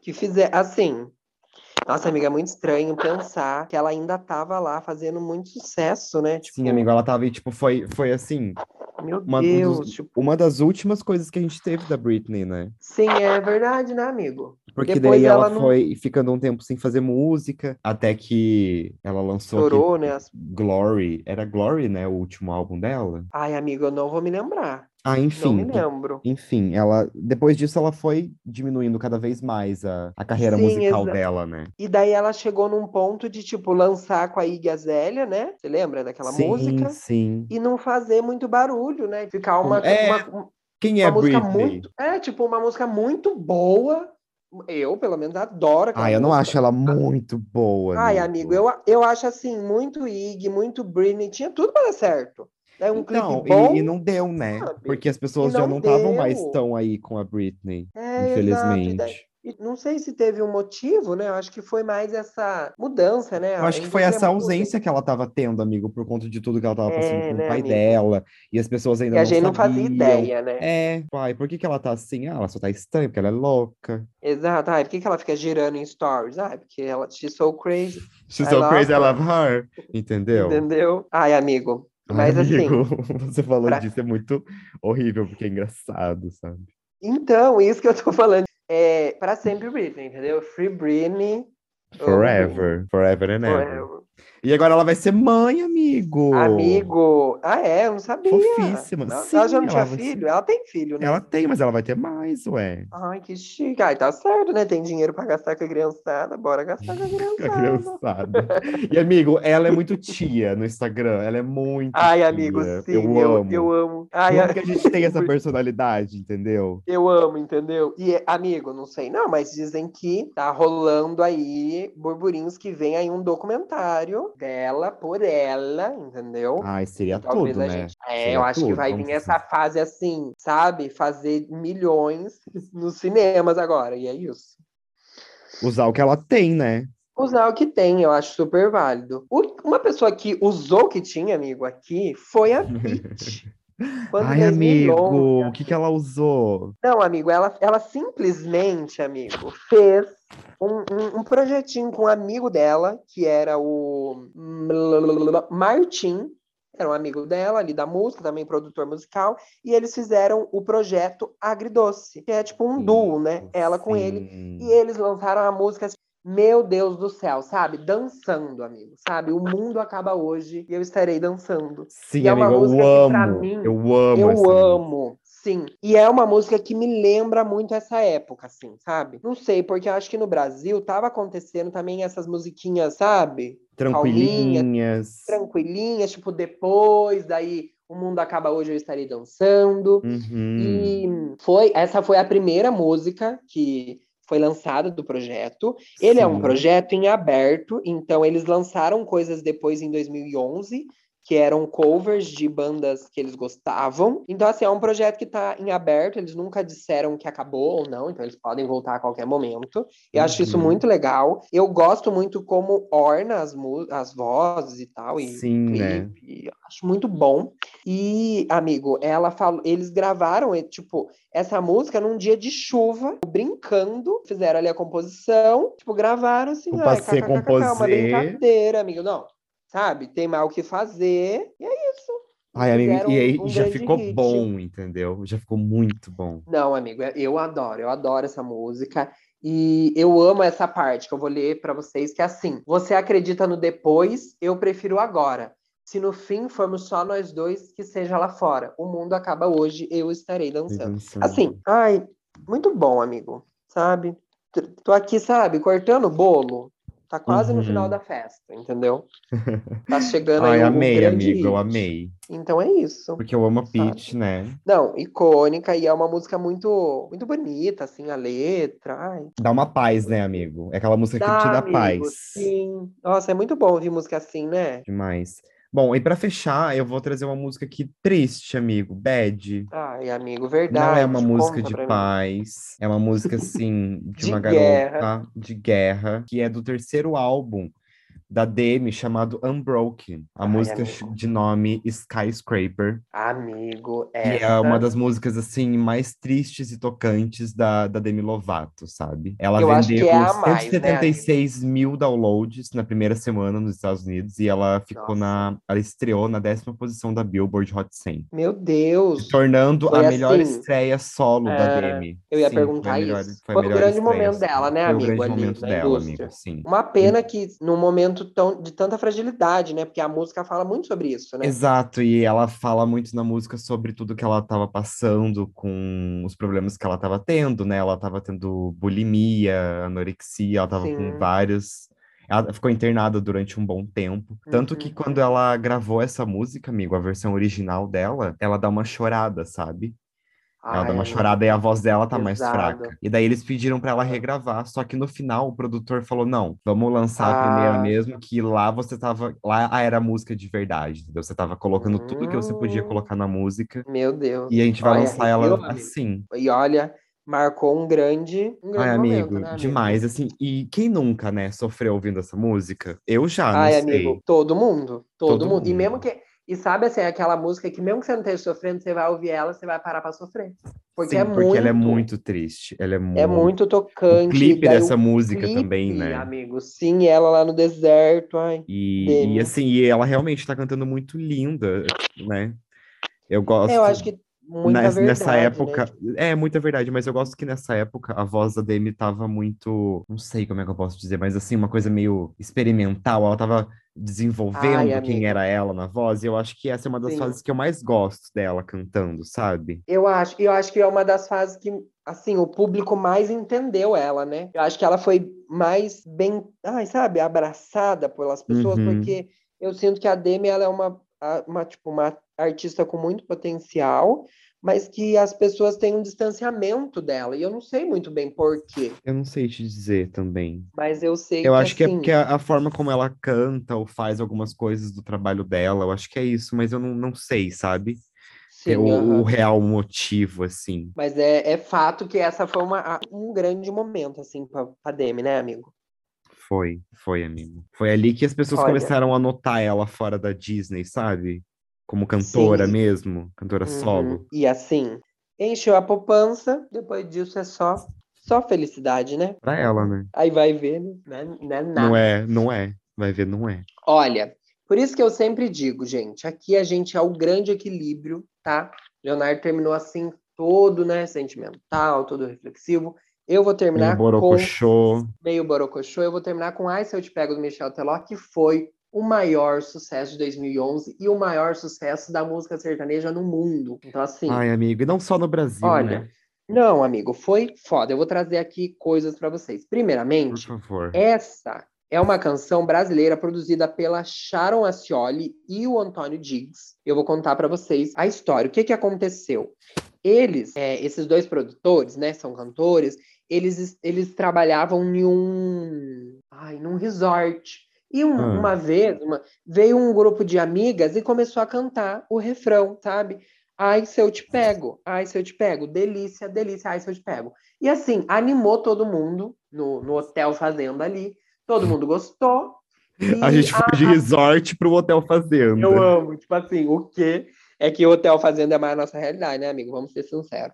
Speaker 1: Que fizer assim. Nossa, amiga, é muito estranho pensar que ela ainda tava lá fazendo muito sucesso, né? Tipo,
Speaker 2: Sim, amigo, ela tava e, tipo, foi, foi assim,
Speaker 1: meu
Speaker 2: uma- um dos-
Speaker 1: Deus, tipo,
Speaker 2: uma das últimas coisas que a gente teve da Britney, né?
Speaker 1: sim, é verdade, né, amigo?
Speaker 2: Porque
Speaker 1: Depois
Speaker 2: daí ela,
Speaker 1: ela não-
Speaker 2: foi ficando um tempo sem fazer música, até que ela lançou aquele
Speaker 1: Chorou, né? As-
Speaker 2: Glory. Era Glory, né? O último álbum dela.
Speaker 1: Ai, amigo, eu não vou me lembrar.
Speaker 2: Ah,
Speaker 1: não
Speaker 2: enfim.
Speaker 1: me lembro.
Speaker 2: Enfim, ela depois disso ela foi diminuindo cada vez mais a, a carreira
Speaker 1: Sim,
Speaker 2: musical
Speaker 1: exa-
Speaker 2: dela, né?
Speaker 1: E daí ela chegou num ponto de, tipo, lançar com a Iggy Azalea, né? Você lembra daquela
Speaker 2: sim,
Speaker 1: música?
Speaker 2: sim.
Speaker 1: E não fazer muito barulho, né? Ficar uma,
Speaker 2: É,
Speaker 1: uma,
Speaker 2: Quem
Speaker 1: uma
Speaker 2: é
Speaker 1: música
Speaker 2: Britney?
Speaker 1: muito. É, tipo, uma música muito boa. Eu, pelo menos, adoro aquela
Speaker 2: Ah, eu não
Speaker 1: música.
Speaker 2: acho ela muito boa.
Speaker 1: Ai, amigo, eu, eu acho assim, muito Ig, muito Britney, tinha tudo para dar certo. É um
Speaker 2: Então,
Speaker 1: clipe bom.
Speaker 2: e, e não deu, né?
Speaker 1: sabe?
Speaker 2: Porque as pessoas
Speaker 1: E
Speaker 2: já
Speaker 1: não
Speaker 2: não estavam mais
Speaker 1: deu.
Speaker 2: tão aí com a Britney,
Speaker 1: É, exato, e daí-
Speaker 2: infelizmente.
Speaker 1: E não sei se teve um motivo, né? Eu acho que foi mais essa mudança, né?
Speaker 2: Eu acho que foi essa ausência que ela tava tendo, amigo, por conta de tudo que ela tava passando
Speaker 1: É,
Speaker 2: com
Speaker 1: né,
Speaker 2: o pai
Speaker 1: amigo?
Speaker 2: dela. E as pessoas ainda
Speaker 1: Que a
Speaker 2: né, não
Speaker 1: gente não fazia
Speaker 2: sabiam.
Speaker 1: ideia, né?
Speaker 2: É, pai, por que que ela tá assim? Ah, ela só tá estranha, porque ela é louca.
Speaker 1: Exato. Ai, por que, que ela fica girando em stories? Ai, porque ela. She's so crazy.
Speaker 2: She's
Speaker 1: Ai,
Speaker 2: so
Speaker 1: nossa.
Speaker 2: crazy, I love her. Entendeu?
Speaker 1: Entendeu? Ai, amigo.
Speaker 2: Ai,
Speaker 1: Mas assim.
Speaker 2: amigo, você falando
Speaker 1: pra-
Speaker 2: disso é muito horrível, porque é engraçado, sabe?
Speaker 1: Então, isso que eu tô falando. É pra sempre Britney, entendeu? Free Britney.
Speaker 2: Forever, né, forever and ever.
Speaker 1: Uhum. Forever.
Speaker 2: E agora ela vai ser mãe, amigo.
Speaker 1: Amigo. Ah, é? Eu não sabia.
Speaker 2: Fofíssima.
Speaker 1: Ela,
Speaker 2: Sim,
Speaker 1: ela já não
Speaker 2: ela
Speaker 1: tinha
Speaker 2: vai ser-
Speaker 1: filho? Ela tem filho, né?
Speaker 2: Ela tem, mas ela vai ter mais, ué.
Speaker 1: Ai, que chique. Ai, tá certo, né? Tem dinheiro pra gastar com a criançada. Bora gastar com a
Speaker 2: Fica
Speaker 1: criançada.
Speaker 2: Engraçada. E, amigo, ela é muito tia no Instagram. Ela é muito.
Speaker 1: Ai, amigo,
Speaker 2: tia.
Speaker 1: sim.
Speaker 2: eu, amo.
Speaker 1: É, Eu amo. Ai,
Speaker 2: Eu
Speaker 1: a-
Speaker 2: amo que a gente tem essa personalidade, entendeu?
Speaker 1: Eu amo, entendeu? E, é, amigo, não sei não, mas dizem que tá rolando aí burburinhos que vem aí um documentário dela, por ela, entendeu?
Speaker 2: Ai, seria
Speaker 1: Talvez
Speaker 2: tudo,
Speaker 1: a
Speaker 2: né?
Speaker 1: gente. É,
Speaker 2: Seria
Speaker 1: eu acho que
Speaker 2: tudo,
Speaker 1: vai
Speaker 2: vamos
Speaker 1: vir essa fase assim, sabe? Fazer milhões nos cinemas agora, e é isso.
Speaker 2: Usar o que ela tem, né?
Speaker 1: Usar o que tem, eu acho super válido. O- uma pessoa que usou o que tinha, amigo, aqui, foi a Pitty. Quando
Speaker 2: Ai,
Speaker 1: em 2011,
Speaker 2: amigo, o que, que ela usou?
Speaker 1: Não, amigo, ela, ela simplesmente, amigo, fez um, um- um projetinho com um amigo dela, que era o Martin, era um amigo dela ali da música, também produtor musical, e eles fizeram o projeto Agridoce, que é tipo um duo, né? Ela com ele.
Speaker 2: Sim.
Speaker 1: E eles lançaram a música, assim, meu Deus do céu, sabe? Dançando, amigo, sabe? O mundo acaba hoje e eu estarei dançando.
Speaker 2: Sim,
Speaker 1: E é uma
Speaker 2: amigo, eu
Speaker 1: música que pra
Speaker 2: amo.
Speaker 1: mim-
Speaker 2: eu amo.
Speaker 1: Eu
Speaker 2: essa música.
Speaker 1: amo, sim. E é uma música que me lembra muito essa época, assim, sabe? Não sei, porque eu acho que no Brasil tava acontecendo também essas musiquinhas, sabe?
Speaker 2: Tranquilinhas.
Speaker 1: Tranquilinhas, tipo, depois, daí o mundo acaba hoje, eu estarei dançando.
Speaker 2: Uhum.
Speaker 1: E foi, essa foi a primeira música que foi lançada do projeto. Ele é um
Speaker 2: Sim.
Speaker 1: projeto em aberto, então eles lançaram coisas depois em 2011, que eram covers de bandas que eles gostavam. Então, assim, é um projeto que está em aberto, eles nunca disseram que acabou ou não, então eles podem voltar a qualquer momento. Eu acho isso
Speaker 2: Uhum.
Speaker 1: muito legal. Eu gosto muito como orna as, mu- as vozes e tal, e
Speaker 2: Sim, né?
Speaker 1: clipe, eu acho muito bom. E, amigo, ela falou, eles gravaram, eh, tipo, essa música num dia de chuva, brincando, fizeram ali a composição, tipo, gravaram assim,
Speaker 2: O
Speaker 1: ai,
Speaker 2: Um passei
Speaker 1: kkkk, uma
Speaker 2: composé.
Speaker 1: brincadeira, amigo, não. Sabe, tem mal o que fazer, e é isso.
Speaker 2: Ai, amigo,
Speaker 1: Fizeram
Speaker 2: e aí
Speaker 1: um
Speaker 2: já
Speaker 1: grande
Speaker 2: ficou
Speaker 1: hit.
Speaker 2: bom, entendeu? Já ficou muito bom.
Speaker 1: Não, amigo, eu- eu adoro, eu adoro essa música. E eu amo essa parte que eu vou ler pra vocês, que é assim: você acredita no depois, eu prefiro o agora. Se no fim formos só nós dois, que seja lá fora. O mundo acaba hoje, eu estarei dançando.
Speaker 2: Dançando.
Speaker 1: Assim, ai, muito bom, amigo, sabe? T- Tô aqui, sabe, cortando o bolo. Tá quase no
Speaker 2: Uhum.
Speaker 1: final da festa, entendeu? Tá chegando aí
Speaker 2: Ai,
Speaker 1: um
Speaker 2: amei,
Speaker 1: grande
Speaker 2: amigo, eu
Speaker 1: hit.
Speaker 2: amei.
Speaker 1: Então é isso.
Speaker 2: Porque eu amo a
Speaker 1: Sabe?
Speaker 2: Peach, né?
Speaker 1: Não, icônica e é uma música muito, muito bonita, assim, a letra. Ai,
Speaker 2: Dá uma paz, né, amigo? É aquela música que te dá
Speaker 1: amigo,
Speaker 2: paz.
Speaker 1: Sim. Nossa, é muito bom ouvir música assim, né?
Speaker 2: Demais. Bom, e pra fechar, eu vou trazer uma música aqui triste, amigo. Bad.
Speaker 1: Ai, amigo, verdade.
Speaker 2: Não é uma música
Speaker 1: conta
Speaker 2: de
Speaker 1: pra mim.
Speaker 2: paz, é uma música assim de,
Speaker 1: De
Speaker 2: uma
Speaker 1: guerra.
Speaker 2: garota de guerra, que é do terceiro álbum da Demi chamado Unbroken. A
Speaker 1: Ai,
Speaker 2: música
Speaker 1: amigo.
Speaker 2: de nome Skyscraper,
Speaker 1: Amigo,
Speaker 2: que
Speaker 1: essa...
Speaker 2: é uma das músicas assim mais tristes e tocantes da, da Demi Lovato, sabe? Ela
Speaker 1: Eu acho que
Speaker 2: vendeu
Speaker 1: é a mais, né,
Speaker 2: 176 mil downloads na primeira semana nos Estados Unidos e ela ficou
Speaker 1: Nossa.
Speaker 2: na, ela estreou na décima posição da Billboard Hot 100
Speaker 1: Meu
Speaker 2: se
Speaker 1: Deus,
Speaker 2: Então, tornando
Speaker 1: Foi
Speaker 2: a melhor
Speaker 1: assim.
Speaker 2: estreia solo da
Speaker 1: É,
Speaker 2: Demi.
Speaker 1: eu ia
Speaker 2: Sim,
Speaker 1: perguntar
Speaker 2: foi a melhor-
Speaker 1: isso. Foi,
Speaker 2: Foi, a
Speaker 1: o
Speaker 2: melhor
Speaker 1: grande
Speaker 2: estreia
Speaker 1: momento
Speaker 2: solo.
Speaker 1: dela, né,
Speaker 2: Foi
Speaker 1: amigo,
Speaker 2: o grande
Speaker 1: ali
Speaker 2: momento
Speaker 1: na
Speaker 2: dela,
Speaker 1: indústria.
Speaker 2: amigo, sim.
Speaker 1: Uma
Speaker 2: hum.
Speaker 1: pena que num momento tão, de tanta fragilidade, né? Porque a música fala muito sobre isso, né?
Speaker 2: Exato, e ela fala muito na música sobre tudo que ela estava passando, com os problemas que ela estava tendo, né? Ela estava tendo bulimia, anorexia, ela estava
Speaker 1: Sim.
Speaker 2: com vários. Ela ficou internada durante um bom tempo. Tanto que
Speaker 1: Uhum.
Speaker 2: quando ela gravou essa música, amigo, a versão original dela, ela dá uma chorada, sabe? Ela
Speaker 1: Ai,
Speaker 2: dá uma
Speaker 1: amigo.
Speaker 2: chorada e a voz dela tá mais
Speaker 1: pesado.
Speaker 2: fraca. E daí eles pediram pra ela regravar, só que no final o produtor falou: "Não, vamos lançar a primeira
Speaker 1: Ah.
Speaker 2: mesmo, que lá você tava, lá ah, era a música de verdade, entendeu? Você tava colocando tudo que você podia
Speaker 1: Hum.
Speaker 2: colocar na música
Speaker 1: Meu Deus.
Speaker 2: e a gente vai
Speaker 1: Olha,
Speaker 2: lançar ela
Speaker 1: arrepiou, amigo.
Speaker 2: assim".
Speaker 1: E olha, marcou um grande, um grande
Speaker 2: Ai,
Speaker 1: momento,
Speaker 2: amigo,
Speaker 1: né,
Speaker 2: demais, assim. E quem nunca, né, sofreu ouvindo essa música? Eu já, não
Speaker 1: Ai,
Speaker 2: sei.
Speaker 1: amigo, todo mundo, todo,
Speaker 2: Todo
Speaker 1: mundo. E
Speaker 2: mundo.
Speaker 1: mesmo que e sabe assim, aquela música que mesmo que você não esteja sofrendo, você vai ouvir ela, você vai parar pra sofrer. Porque
Speaker 2: Sim,
Speaker 1: é
Speaker 2: porque
Speaker 1: muito,
Speaker 2: ela é muito triste. Ela é muito.
Speaker 1: é muito
Speaker 2: O
Speaker 1: tocante.
Speaker 2: clipe
Speaker 1: daí o
Speaker 2: dessa música
Speaker 1: clipe,
Speaker 2: também, né?
Speaker 1: Amigo, sim, ela lá no deserto, ai.
Speaker 2: E,
Speaker 1: Demi.
Speaker 2: e, assim, e ela realmente tá cantando muito linda, né? Eu gosto.
Speaker 1: Eu acho que muita
Speaker 2: Nes-
Speaker 1: verdade,
Speaker 2: nessa
Speaker 1: né?
Speaker 2: época. É, muita verdade, mas eu gosto que nessa época a voz da Demi tava muito. Não sei como é que eu posso dizer, mas assim, uma coisa meio experimental. Ela tava desenvolvendo
Speaker 1: Ai,
Speaker 2: quem
Speaker 1: amiga.
Speaker 2: era ela na voz, e eu acho que essa é uma das
Speaker 1: Sim.
Speaker 2: fases que eu mais gosto dela cantando, sabe?
Speaker 1: Eu acho, eu acho que é uma das fases que, assim, o público mais entendeu ela, né? Eu acho que ela foi mais bem, ai, sabe, abraçada pelas pessoas,
Speaker 2: Uhum.
Speaker 1: porque eu sinto que a Demi, ela é uma, a- uma, tipo, uma artista com muito potencial, mas que as pessoas têm um distanciamento dela, e eu não sei muito bem por quê,
Speaker 2: Eu não sei te dizer também.
Speaker 1: mas eu sei
Speaker 2: Eu acho que é
Speaker 1: assim,
Speaker 2: porque a, a forma como ela canta ou faz algumas coisas do trabalho dela, eu acho que é isso, mas eu não, não sei, sabe?
Speaker 1: sim,
Speaker 2: o, o
Speaker 1: aham.
Speaker 2: real motivo, assim.
Speaker 1: Mas é, é fato que essa foi uma, a- um grande momento, assim, pra, pra Demi, né, amigo?
Speaker 2: Foi, foi, amigo. Foi ali que as pessoas
Speaker 1: Olha.
Speaker 2: começaram a notar ela fora da Disney, sabe? Como cantora
Speaker 1: Sim.
Speaker 2: mesmo, cantora
Speaker 1: Uhum.
Speaker 2: solo.
Speaker 1: E assim, encheu a poupança, depois disso é só só felicidade, né?
Speaker 2: Pra ela, né?
Speaker 1: Aí vai ver, né? Não é- não é nada.
Speaker 2: Não é, não é. Vai ver, não é.
Speaker 1: Olha, por isso que eu sempre digo, gente, aqui a gente é o grande equilíbrio, tá? Leonardo terminou assim, todo, né, sentimental, todo reflexivo. Eu vou terminar
Speaker 2: Meio
Speaker 1: com
Speaker 2: borocochô.
Speaker 1: meio borocochô, eu vou terminar com Ai Se Eu Te Pego, do Michel Teló, que foi o maior sucesso de 2011 e o maior sucesso da música sertaneja no mundo. Então, assim,
Speaker 2: Ai, amigo, e não só no Brasil,
Speaker 1: Olha,
Speaker 2: né?
Speaker 1: Não, amigo, foi foda. Eu vou trazer aqui coisas pra vocês.
Speaker 2: Por
Speaker 1: Primeiramente,
Speaker 2: favor.
Speaker 1: essa é uma canção brasileira produzida pela Sharon Ascioli e o Antônio Diggs. Eu vou contar pra vocês a história. O que, que aconteceu? Eles, é, esses dois produtores, né, são cantores, eles, eles trabalhavam em um, ai, num resort. E um-
Speaker 2: Ah.
Speaker 1: uma vez uma- veio um grupo de amigas e começou a cantar o refrão, sabe? Ai, se eu te pego, ai, se eu te pego, delícia, delícia, ai, se eu te pego. E assim, animou todo mundo no, no hotel fazenda ali, todo mundo gostou. e
Speaker 2: A gente foi de resort pro Hotel Fazenda.
Speaker 1: eu amo, tipo assim, o quê? É que o Hotel Fazenda é mais a nossa realidade, né, amigo? Vamos ser sinceros.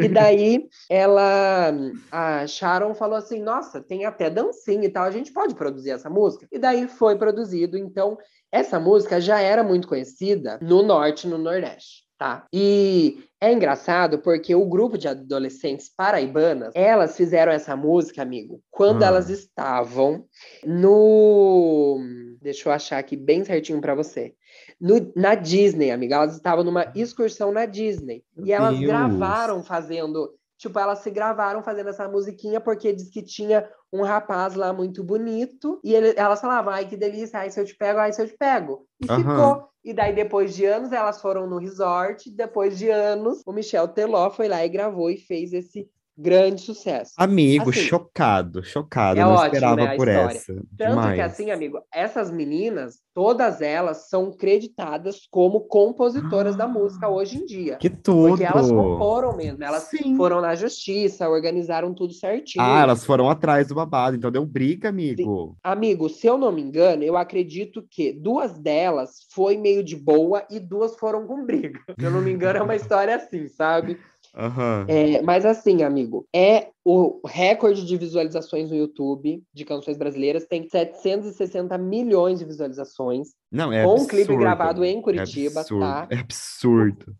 Speaker 1: E daí, ela, a Sharon falou assim, nossa, tem até dancinha e tal, a gente pode produzir essa música? E daí foi produzido, então, essa música já era muito conhecida no Norte e no Nordeste, tá? E é engraçado porque o grupo de adolescentes paraibanas, elas fizeram essa música, amigo, quando
Speaker 2: Ah.
Speaker 1: elas estavam no... Deixa eu achar aqui bem certinho pra você. No- na Disney, amiga, elas estavam numa excursão na Disney. e elas
Speaker 2: Uhum. Deus.
Speaker 1: gravaram fazendo. Tipo, elas se gravaram fazendo essa musiquinha porque diz que tinha um rapaz lá muito bonito. E ele- elas falavam, ai que delícia, ai se eu te pego, ai se eu te pego. E
Speaker 2: Aham.
Speaker 1: ficou. E daí, depois de anos, elas foram no resort. Depois de anos, o Michel Teló foi lá e gravou e fez esse grande sucesso.
Speaker 2: Amigo,
Speaker 1: Assim,
Speaker 2: chocado, chocado.
Speaker 1: é
Speaker 2: Eu não
Speaker 1: ótimo,
Speaker 2: esperava
Speaker 1: né, a
Speaker 2: por
Speaker 1: história.
Speaker 2: essa.
Speaker 1: Tanto
Speaker 2: Demais.
Speaker 1: que, assim, amigo, essas meninas, todas elas são creditadas como compositoras da música hoje em dia.
Speaker 2: Que Ah, tudo.
Speaker 1: Porque elas comporam mesmo, elas
Speaker 2: Sim.
Speaker 1: foram na justiça, organizaram tudo certinho.
Speaker 2: Ah, elas foram atrás do babado, então deu briga, amigo.
Speaker 1: Amigo, se eu não me engano, eu acredito que duas delas foi meio de boa e duas foram com briga. Se eu não me engano, é uma história assim, sabe?
Speaker 2: Aham.
Speaker 1: É, mas assim, amigo, é o recorde de visualizações no YouTube de canções brasileiras tem 760 milhões de visualizações.
Speaker 2: Não, é
Speaker 1: com um
Speaker 2: absurdo.
Speaker 1: clipe gravado em
Speaker 2: É
Speaker 1: Curitiba,
Speaker 2: absurdo,
Speaker 1: tá?
Speaker 2: É absurdo.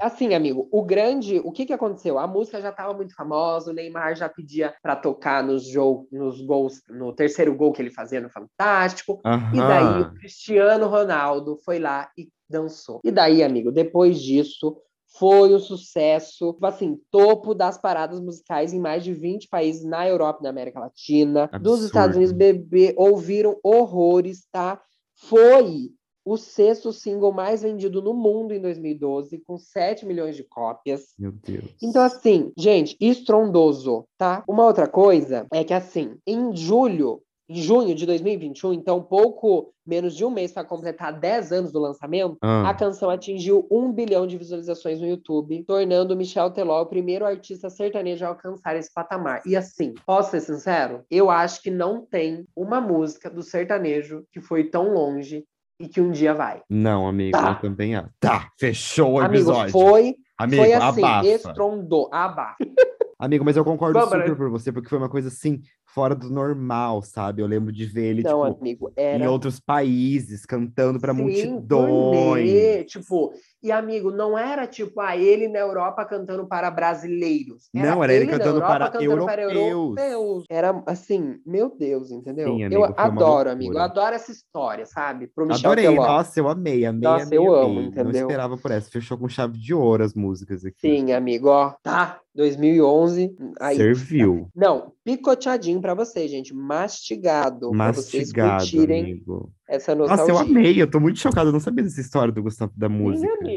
Speaker 1: Assim, amigo, o grande, o que que aconteceu? A música já estava muito famosa, o Neymar já pedia pra tocar nos jogo, nos gols, no terceiro gol que ele fazia no Fantástico. E daí o
Speaker 2: Aham.
Speaker 1: Cristiano Ronaldo foi lá e dançou. E daí, amigo, depois disso, foi um sucesso, tipo assim, topo das paradas musicais em mais de 20 países na Europa e na América Latina. Dos
Speaker 2: Absurdo.
Speaker 1: Estados Unidos, bebê, ouviram horrores, tá? Foi o sexto single mais vendido no mundo em 2012, com 7 milhões de cópias.
Speaker 2: Meu Deus.
Speaker 1: Então, assim, gente, estrondoso, tá? Uma outra coisa é que, assim, em julho, em junho de 2021, então pouco menos de um mês para completar 10 anos do lançamento,
Speaker 2: Ah.
Speaker 1: a canção atingiu 1 bilhão de visualizaçó no YouTube, tornando Michel Teló o primeiro artista sertanejo a alcançar esse patamar. E assim, posso ser sincero? Eu acho que não tem uma música do sertanejo que foi tão longe e que um dia vai.
Speaker 2: Não, amigo,
Speaker 1: Tá.
Speaker 2: eu também acho. Tá, fechou o
Speaker 1: Amigo,
Speaker 2: episódio.
Speaker 1: foi,
Speaker 2: Amigo,
Speaker 1: foi assim,
Speaker 2: abafa.
Speaker 1: estrondou, abafa.
Speaker 2: Amigo, mas eu concordo
Speaker 4: Bárbara.
Speaker 2: super por você, porque foi uma coisa assim, fora do normal, sabe? Eu lembro de ver ele,
Speaker 1: Não,
Speaker 2: tipo,
Speaker 1: amigo, Então, era
Speaker 2: em outros países, cantando pra
Speaker 1: Sim,
Speaker 2: multidões.
Speaker 1: turnê, tipo, e amigo, não era tipo a ele na Europa cantando para brasileiros.
Speaker 2: Não, era ele
Speaker 1: na
Speaker 2: cantando para europeus.
Speaker 1: europeus. Era assim, meu Deus, entendeu?
Speaker 2: Sim, amigo,
Speaker 1: eu
Speaker 2: foi uma
Speaker 1: adoro, amigo, eu
Speaker 2: loucura.
Speaker 1: adoro essa história, sabe? Pro Michel
Speaker 2: Adorei,
Speaker 1: Teló.
Speaker 2: nossa, eu amei, amei,
Speaker 1: Nossa,
Speaker 2: amei,
Speaker 1: eu
Speaker 2: amei.
Speaker 1: amo,
Speaker 2: Não
Speaker 1: entendeu?
Speaker 2: esperava por essa, fechou com chave de ouro as músicas aqui.
Speaker 1: Sim, amigo, ó, tá, 2011, aí.
Speaker 2: Serviu,
Speaker 1: Não, picoteadinho pra vocês, gente, mastigado, pra vocês
Speaker 2: mastigado,
Speaker 1: curtirem
Speaker 2: amigo.
Speaker 1: essa
Speaker 2: Nossa,
Speaker 1: nostalgia.
Speaker 2: eu amei, eu tô muito chocado, eu não sabia dessa história do Gustavo da
Speaker 1: Sim,
Speaker 2: música.
Speaker 1: amigo.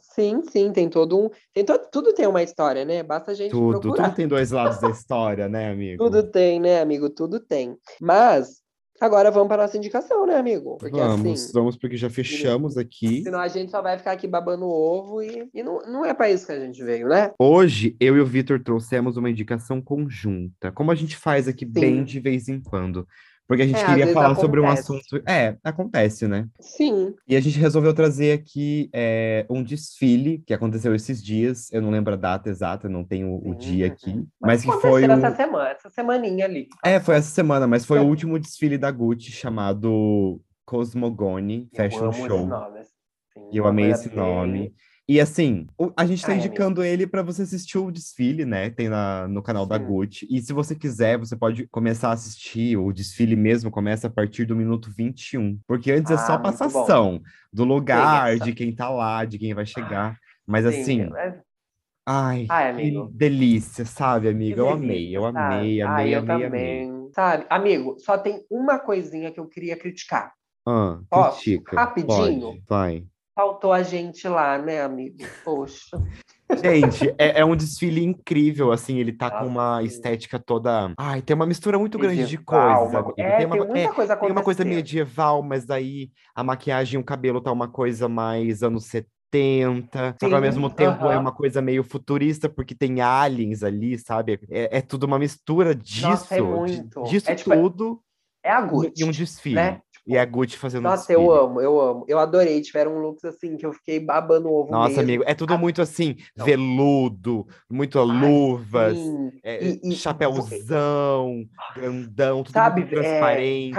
Speaker 1: Sim, sim, tem todo um. Tem todo, tudo tem uma história, né? Basta a gente
Speaker 2: Tudo,
Speaker 1: procurar.
Speaker 2: tudo tem dois lados da história, né, amigo?
Speaker 1: Tudo tem, né, amigo? Tudo tem. Mas agora vamos para nossa indicação, né, amigo? Porque
Speaker 2: vamos,
Speaker 1: assim,
Speaker 2: vamos, porque já fechamos aqui.
Speaker 1: senão a gente só vai ficar aqui babando o ovo e, e não, não é para isso que a gente veio, né?
Speaker 2: Hoje, eu e o Vitor trouxemos uma indicação conjunta, como a gente faz aqui bem de vez em quando. Porque a gente
Speaker 1: É, às
Speaker 2: queria
Speaker 1: vezes
Speaker 2: falar sobre um
Speaker 1: acontece.
Speaker 2: assunto. É, acontece, né?
Speaker 1: Sim.
Speaker 2: E a gente resolveu trazer aqui é, um desfile que aconteceu esses dias. Eu não lembro a data exata, não tenho o
Speaker 1: Sim,
Speaker 2: dia aqui.
Speaker 1: sim.
Speaker 2: Mas que
Speaker 1: Uhum. aconteceu
Speaker 2: foi. o-
Speaker 1: essa semana, essa semaninha ali.
Speaker 2: É, foi essa semana, mas foi o
Speaker 1: É.
Speaker 2: último desfile da Gucci chamado Cosmogone
Speaker 1: Eu
Speaker 2: Fashion
Speaker 1: amo
Speaker 2: Show.
Speaker 1: Esse nome, assim,
Speaker 2: E eu
Speaker 1: uma
Speaker 2: amei
Speaker 1: coisa
Speaker 2: esse
Speaker 1: bem-
Speaker 2: nome. E assim, o- a gente tá
Speaker 1: Ai,
Speaker 2: indicando ele para você assistir o desfile, né? Tem na, no canal da
Speaker 1: Sim.
Speaker 2: Gucci. E se você quiser, você pode começar a assistir. O desfile mesmo começa a partir do minuto 21. Porque antes é
Speaker 1: Ah,
Speaker 2: só
Speaker 1: muito bom.
Speaker 2: passação do lugar,
Speaker 1: essa.
Speaker 2: de quem tá lá, de quem vai chegar. Mas
Speaker 1: Sim, é
Speaker 2: assim,
Speaker 1: mas-
Speaker 2: ai,
Speaker 1: Ai,
Speaker 2: que
Speaker 1: amigo.
Speaker 2: delícia, sabe, amigo? Eu
Speaker 1: delícia,
Speaker 2: amei, eu
Speaker 1: sabe?
Speaker 2: amei, amei,
Speaker 1: Ah,
Speaker 2: amei,
Speaker 1: eu
Speaker 2: amei.
Speaker 1: também. Sabe, amigo, só tem uma coisinha que eu queria criticar.
Speaker 2: Ah,
Speaker 1: Ó,
Speaker 2: critica.
Speaker 1: rapidinho.
Speaker 2: Pode, vai.
Speaker 1: Faltou a gente lá, né, amigo? Poxa.
Speaker 2: Gente, é, é um desfile incrível, assim, ele tá com
Speaker 1: Nossa,
Speaker 2: uma
Speaker 1: Ah, sim.
Speaker 2: estética toda. Ai, tem uma mistura muito grande de
Speaker 1: Medieval,
Speaker 2: coisas,
Speaker 1: uma-
Speaker 2: amigo.
Speaker 1: É, tem,
Speaker 2: uma, é,
Speaker 1: muita coisa assim, acontecendo.
Speaker 2: tem uma coisa medieval, mas aí a maquiagem e o cabelo tá uma coisa mais anos 70. Só que ao
Speaker 1: Sim,
Speaker 2: mesmo tempo é
Speaker 1: aham.
Speaker 2: uma coisa meio futurista, porque tem aliens ali, sabe? É, é tudo uma mistura disso.
Speaker 1: Nossa, é
Speaker 2: de-
Speaker 1: muito.
Speaker 2: Disso
Speaker 1: É tipo-
Speaker 2: tudo
Speaker 1: É a
Speaker 2: e
Speaker 1: Gucci,
Speaker 2: um desfile.
Speaker 1: né?
Speaker 2: E a Gucci fazendo um
Speaker 1: Nossa,
Speaker 2: desfile.
Speaker 1: eu amo, eu amo. Eu adorei. Tiveram looks assim que eu fiquei babando o ovo
Speaker 2: Nossa,
Speaker 1: mesmo.
Speaker 2: amigo, é tudo
Speaker 1: A-
Speaker 2: muito assim,
Speaker 1: Não.
Speaker 2: veludo, muito luvas.
Speaker 1: Sim,
Speaker 2: é,
Speaker 1: E- e-
Speaker 2: chapéuzão, grandão, tudo
Speaker 1: Sabe,
Speaker 2: muito
Speaker 1: é,
Speaker 2: transparente, um vento,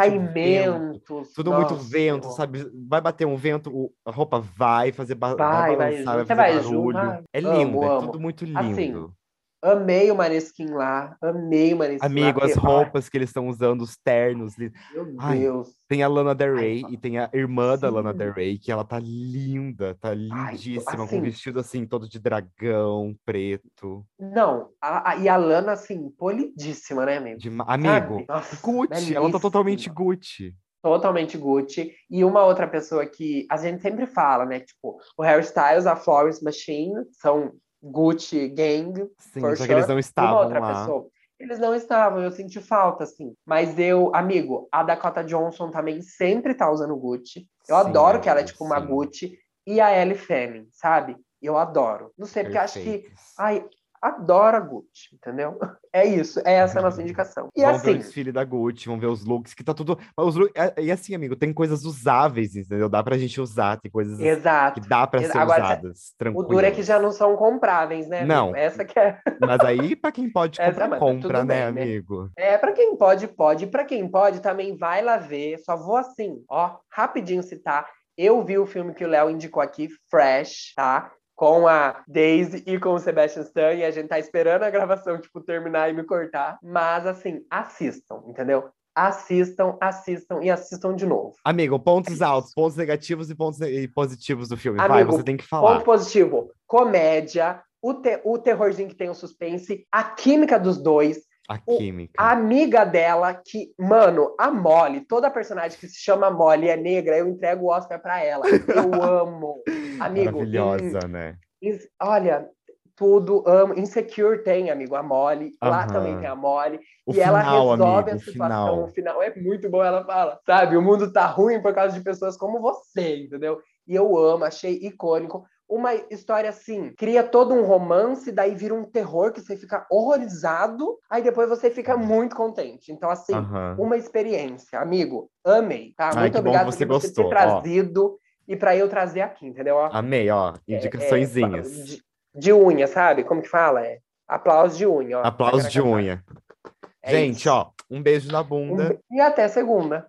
Speaker 1: caimentos.
Speaker 2: tudo muito
Speaker 1: nossa,
Speaker 2: vento,
Speaker 1: eu-
Speaker 2: sabe? Vai bater um vento, o- a roupa vai fazer ba vai
Speaker 1: Vai, vai
Speaker 2: balançar, vai,
Speaker 1: junto. Você
Speaker 2: fazer
Speaker 1: vai junto,
Speaker 2: barulho.
Speaker 1: vai.
Speaker 2: É
Speaker 1: Amo,
Speaker 2: lindo, é
Speaker 1: amo.
Speaker 2: tudo muito lindo.
Speaker 1: Assim, Amei o Maneskin lá. Amei o Maneskin
Speaker 2: Amigo,
Speaker 1: lá.
Speaker 2: as
Speaker 1: porque-
Speaker 2: roupas que eles estão usando, os ternos. li-
Speaker 1: Ai, Meu
Speaker 2: Ai,
Speaker 1: Deus.
Speaker 2: Tem a Lana Del
Speaker 1: Ai,
Speaker 2: Rey
Speaker 1: fala.
Speaker 2: e tem a irmã da Lana
Speaker 1: Sim.
Speaker 2: Del Rey, que ela tá linda, tá lindíssima, com um
Speaker 1: assim-
Speaker 2: vestido assim, todo de dragão, preto.
Speaker 1: Não, a- a- e a Lana, assim, polidíssima, né, amigo?
Speaker 2: de ma- Amigo,
Speaker 1: Sabe? Nossa,
Speaker 2: Gucci, ela tá totalmente
Speaker 1: belíssima.
Speaker 2: Gucci.
Speaker 1: Totalmente Gucci. E uma outra pessoa que a gente sempre fala, né? Tipo, o Harry Styles, a Florence Machine, são Gucci Gang. E
Speaker 2: Sim,
Speaker 1: For
Speaker 2: só que eles
Speaker 1: sure.
Speaker 2: não
Speaker 1: uma
Speaker 2: estavam
Speaker 1: outra
Speaker 2: lá.
Speaker 1: pessoa. Eles não estavam, eu senti falta, assim. Mas eu, amigo, a Dakota Johnson também sempre tá usando Gucci. Eu
Speaker 2: Sim,
Speaker 1: adoro que ela é,
Speaker 2: amigo,
Speaker 1: tipo, uma
Speaker 2: sim.
Speaker 1: Gucci. E a Ellie Fanning, sabe? Eu adoro. Não sei, É porque eu acho que
Speaker 2: Perfeitos.
Speaker 1: Ai, adoro a Gucci, entendeu? É isso, é essa a nossa indicação. E
Speaker 2: Uhum. vamos ver o
Speaker 1: assim,
Speaker 2: desfile da Gucci, vamos ver os looks, que tá tudo. Os looks... é- E assim, amigo, tem coisas usáveis, entendeu? Dá pra gente usar, tem coisas que
Speaker 1: exato.
Speaker 2: dá pra ser
Speaker 1: Agora,
Speaker 2: usadas,
Speaker 1: O
Speaker 2: tranquilo.
Speaker 1: duro é que já não são compráveis, né? amigo?
Speaker 2: Não.
Speaker 1: Essa que é.
Speaker 2: Mas aí, pra quem pode
Speaker 1: Essa
Speaker 2: comprar,
Speaker 1: manda,
Speaker 2: compra,
Speaker 1: tudo
Speaker 2: né,
Speaker 1: bem, né?
Speaker 2: amigo?
Speaker 1: É, pra quem pode, pode. Pra quem pode, também vai lá ver. Só vou assim, ó, rapidinho citar. Eu vi o filme que o Léo indicou aqui, Fresh, tá? Com a Daisy e com o Sebastian Stan, e a gente tá esperando a gravação, tipo, terminar e me cortar. Mas, assim, assistam, entendeu? Assistam, assistam e assistam de novo.
Speaker 2: Amigo, pontos
Speaker 1: É
Speaker 2: altos, pontos negativos e pontos ne- e positivos do filme. Vai,
Speaker 1: Amigo,
Speaker 2: você tem que falar.
Speaker 1: Ponto positivo: comédia, o, te- o terrorzinho que tem o suspense, a química dos dois,
Speaker 2: A
Speaker 1: o-
Speaker 2: química.
Speaker 1: a amiga dela, que, mano, a Molly, toda personagem que se chama Molly e é negra, eu entrego o Oscar pra ela. Eu amo. Amigo,
Speaker 2: Maravilhosa, né?
Speaker 1: em- em- olha, tudo, amo. Insecure tem, amigo, a Molly. Lá
Speaker 3: Aham.
Speaker 1: também tem a Molly.
Speaker 3: O
Speaker 1: e
Speaker 3: final,
Speaker 1: ela resolve
Speaker 3: amigo,
Speaker 1: a
Speaker 3: o
Speaker 1: situação.
Speaker 3: final.
Speaker 1: O final é muito bom, ela fala, sabe? O mundo tá ruim por causa de pessoas como você, entendeu? E eu amo, achei icônico. Uma história assim, cria todo um romance, daí vira um terror que você fica horrorizado, aí depois você fica muito contente. Então, assim,
Speaker 3: Uhum. Aham.
Speaker 1: uma experiência, amigo. Amei, tá?
Speaker 3: Ai,
Speaker 1: Muito
Speaker 3: que bom
Speaker 1: obrigado
Speaker 3: que você
Speaker 1: por você ter
Speaker 3: gostou, ó.
Speaker 1: trazido e pra eu trazer aqui, entendeu? Ó,
Speaker 3: Amei, ó.
Speaker 1: é,
Speaker 3: Indicaçõezinhas.
Speaker 1: de, de unha, sabe? Como que fala? É aplauso de unha, ó.
Speaker 3: Aplausos de unha.
Speaker 1: É
Speaker 3: Gente,
Speaker 1: isso.
Speaker 3: ó, um beijo na
Speaker 1: Um
Speaker 3: bunda.
Speaker 1: be- E até segunda.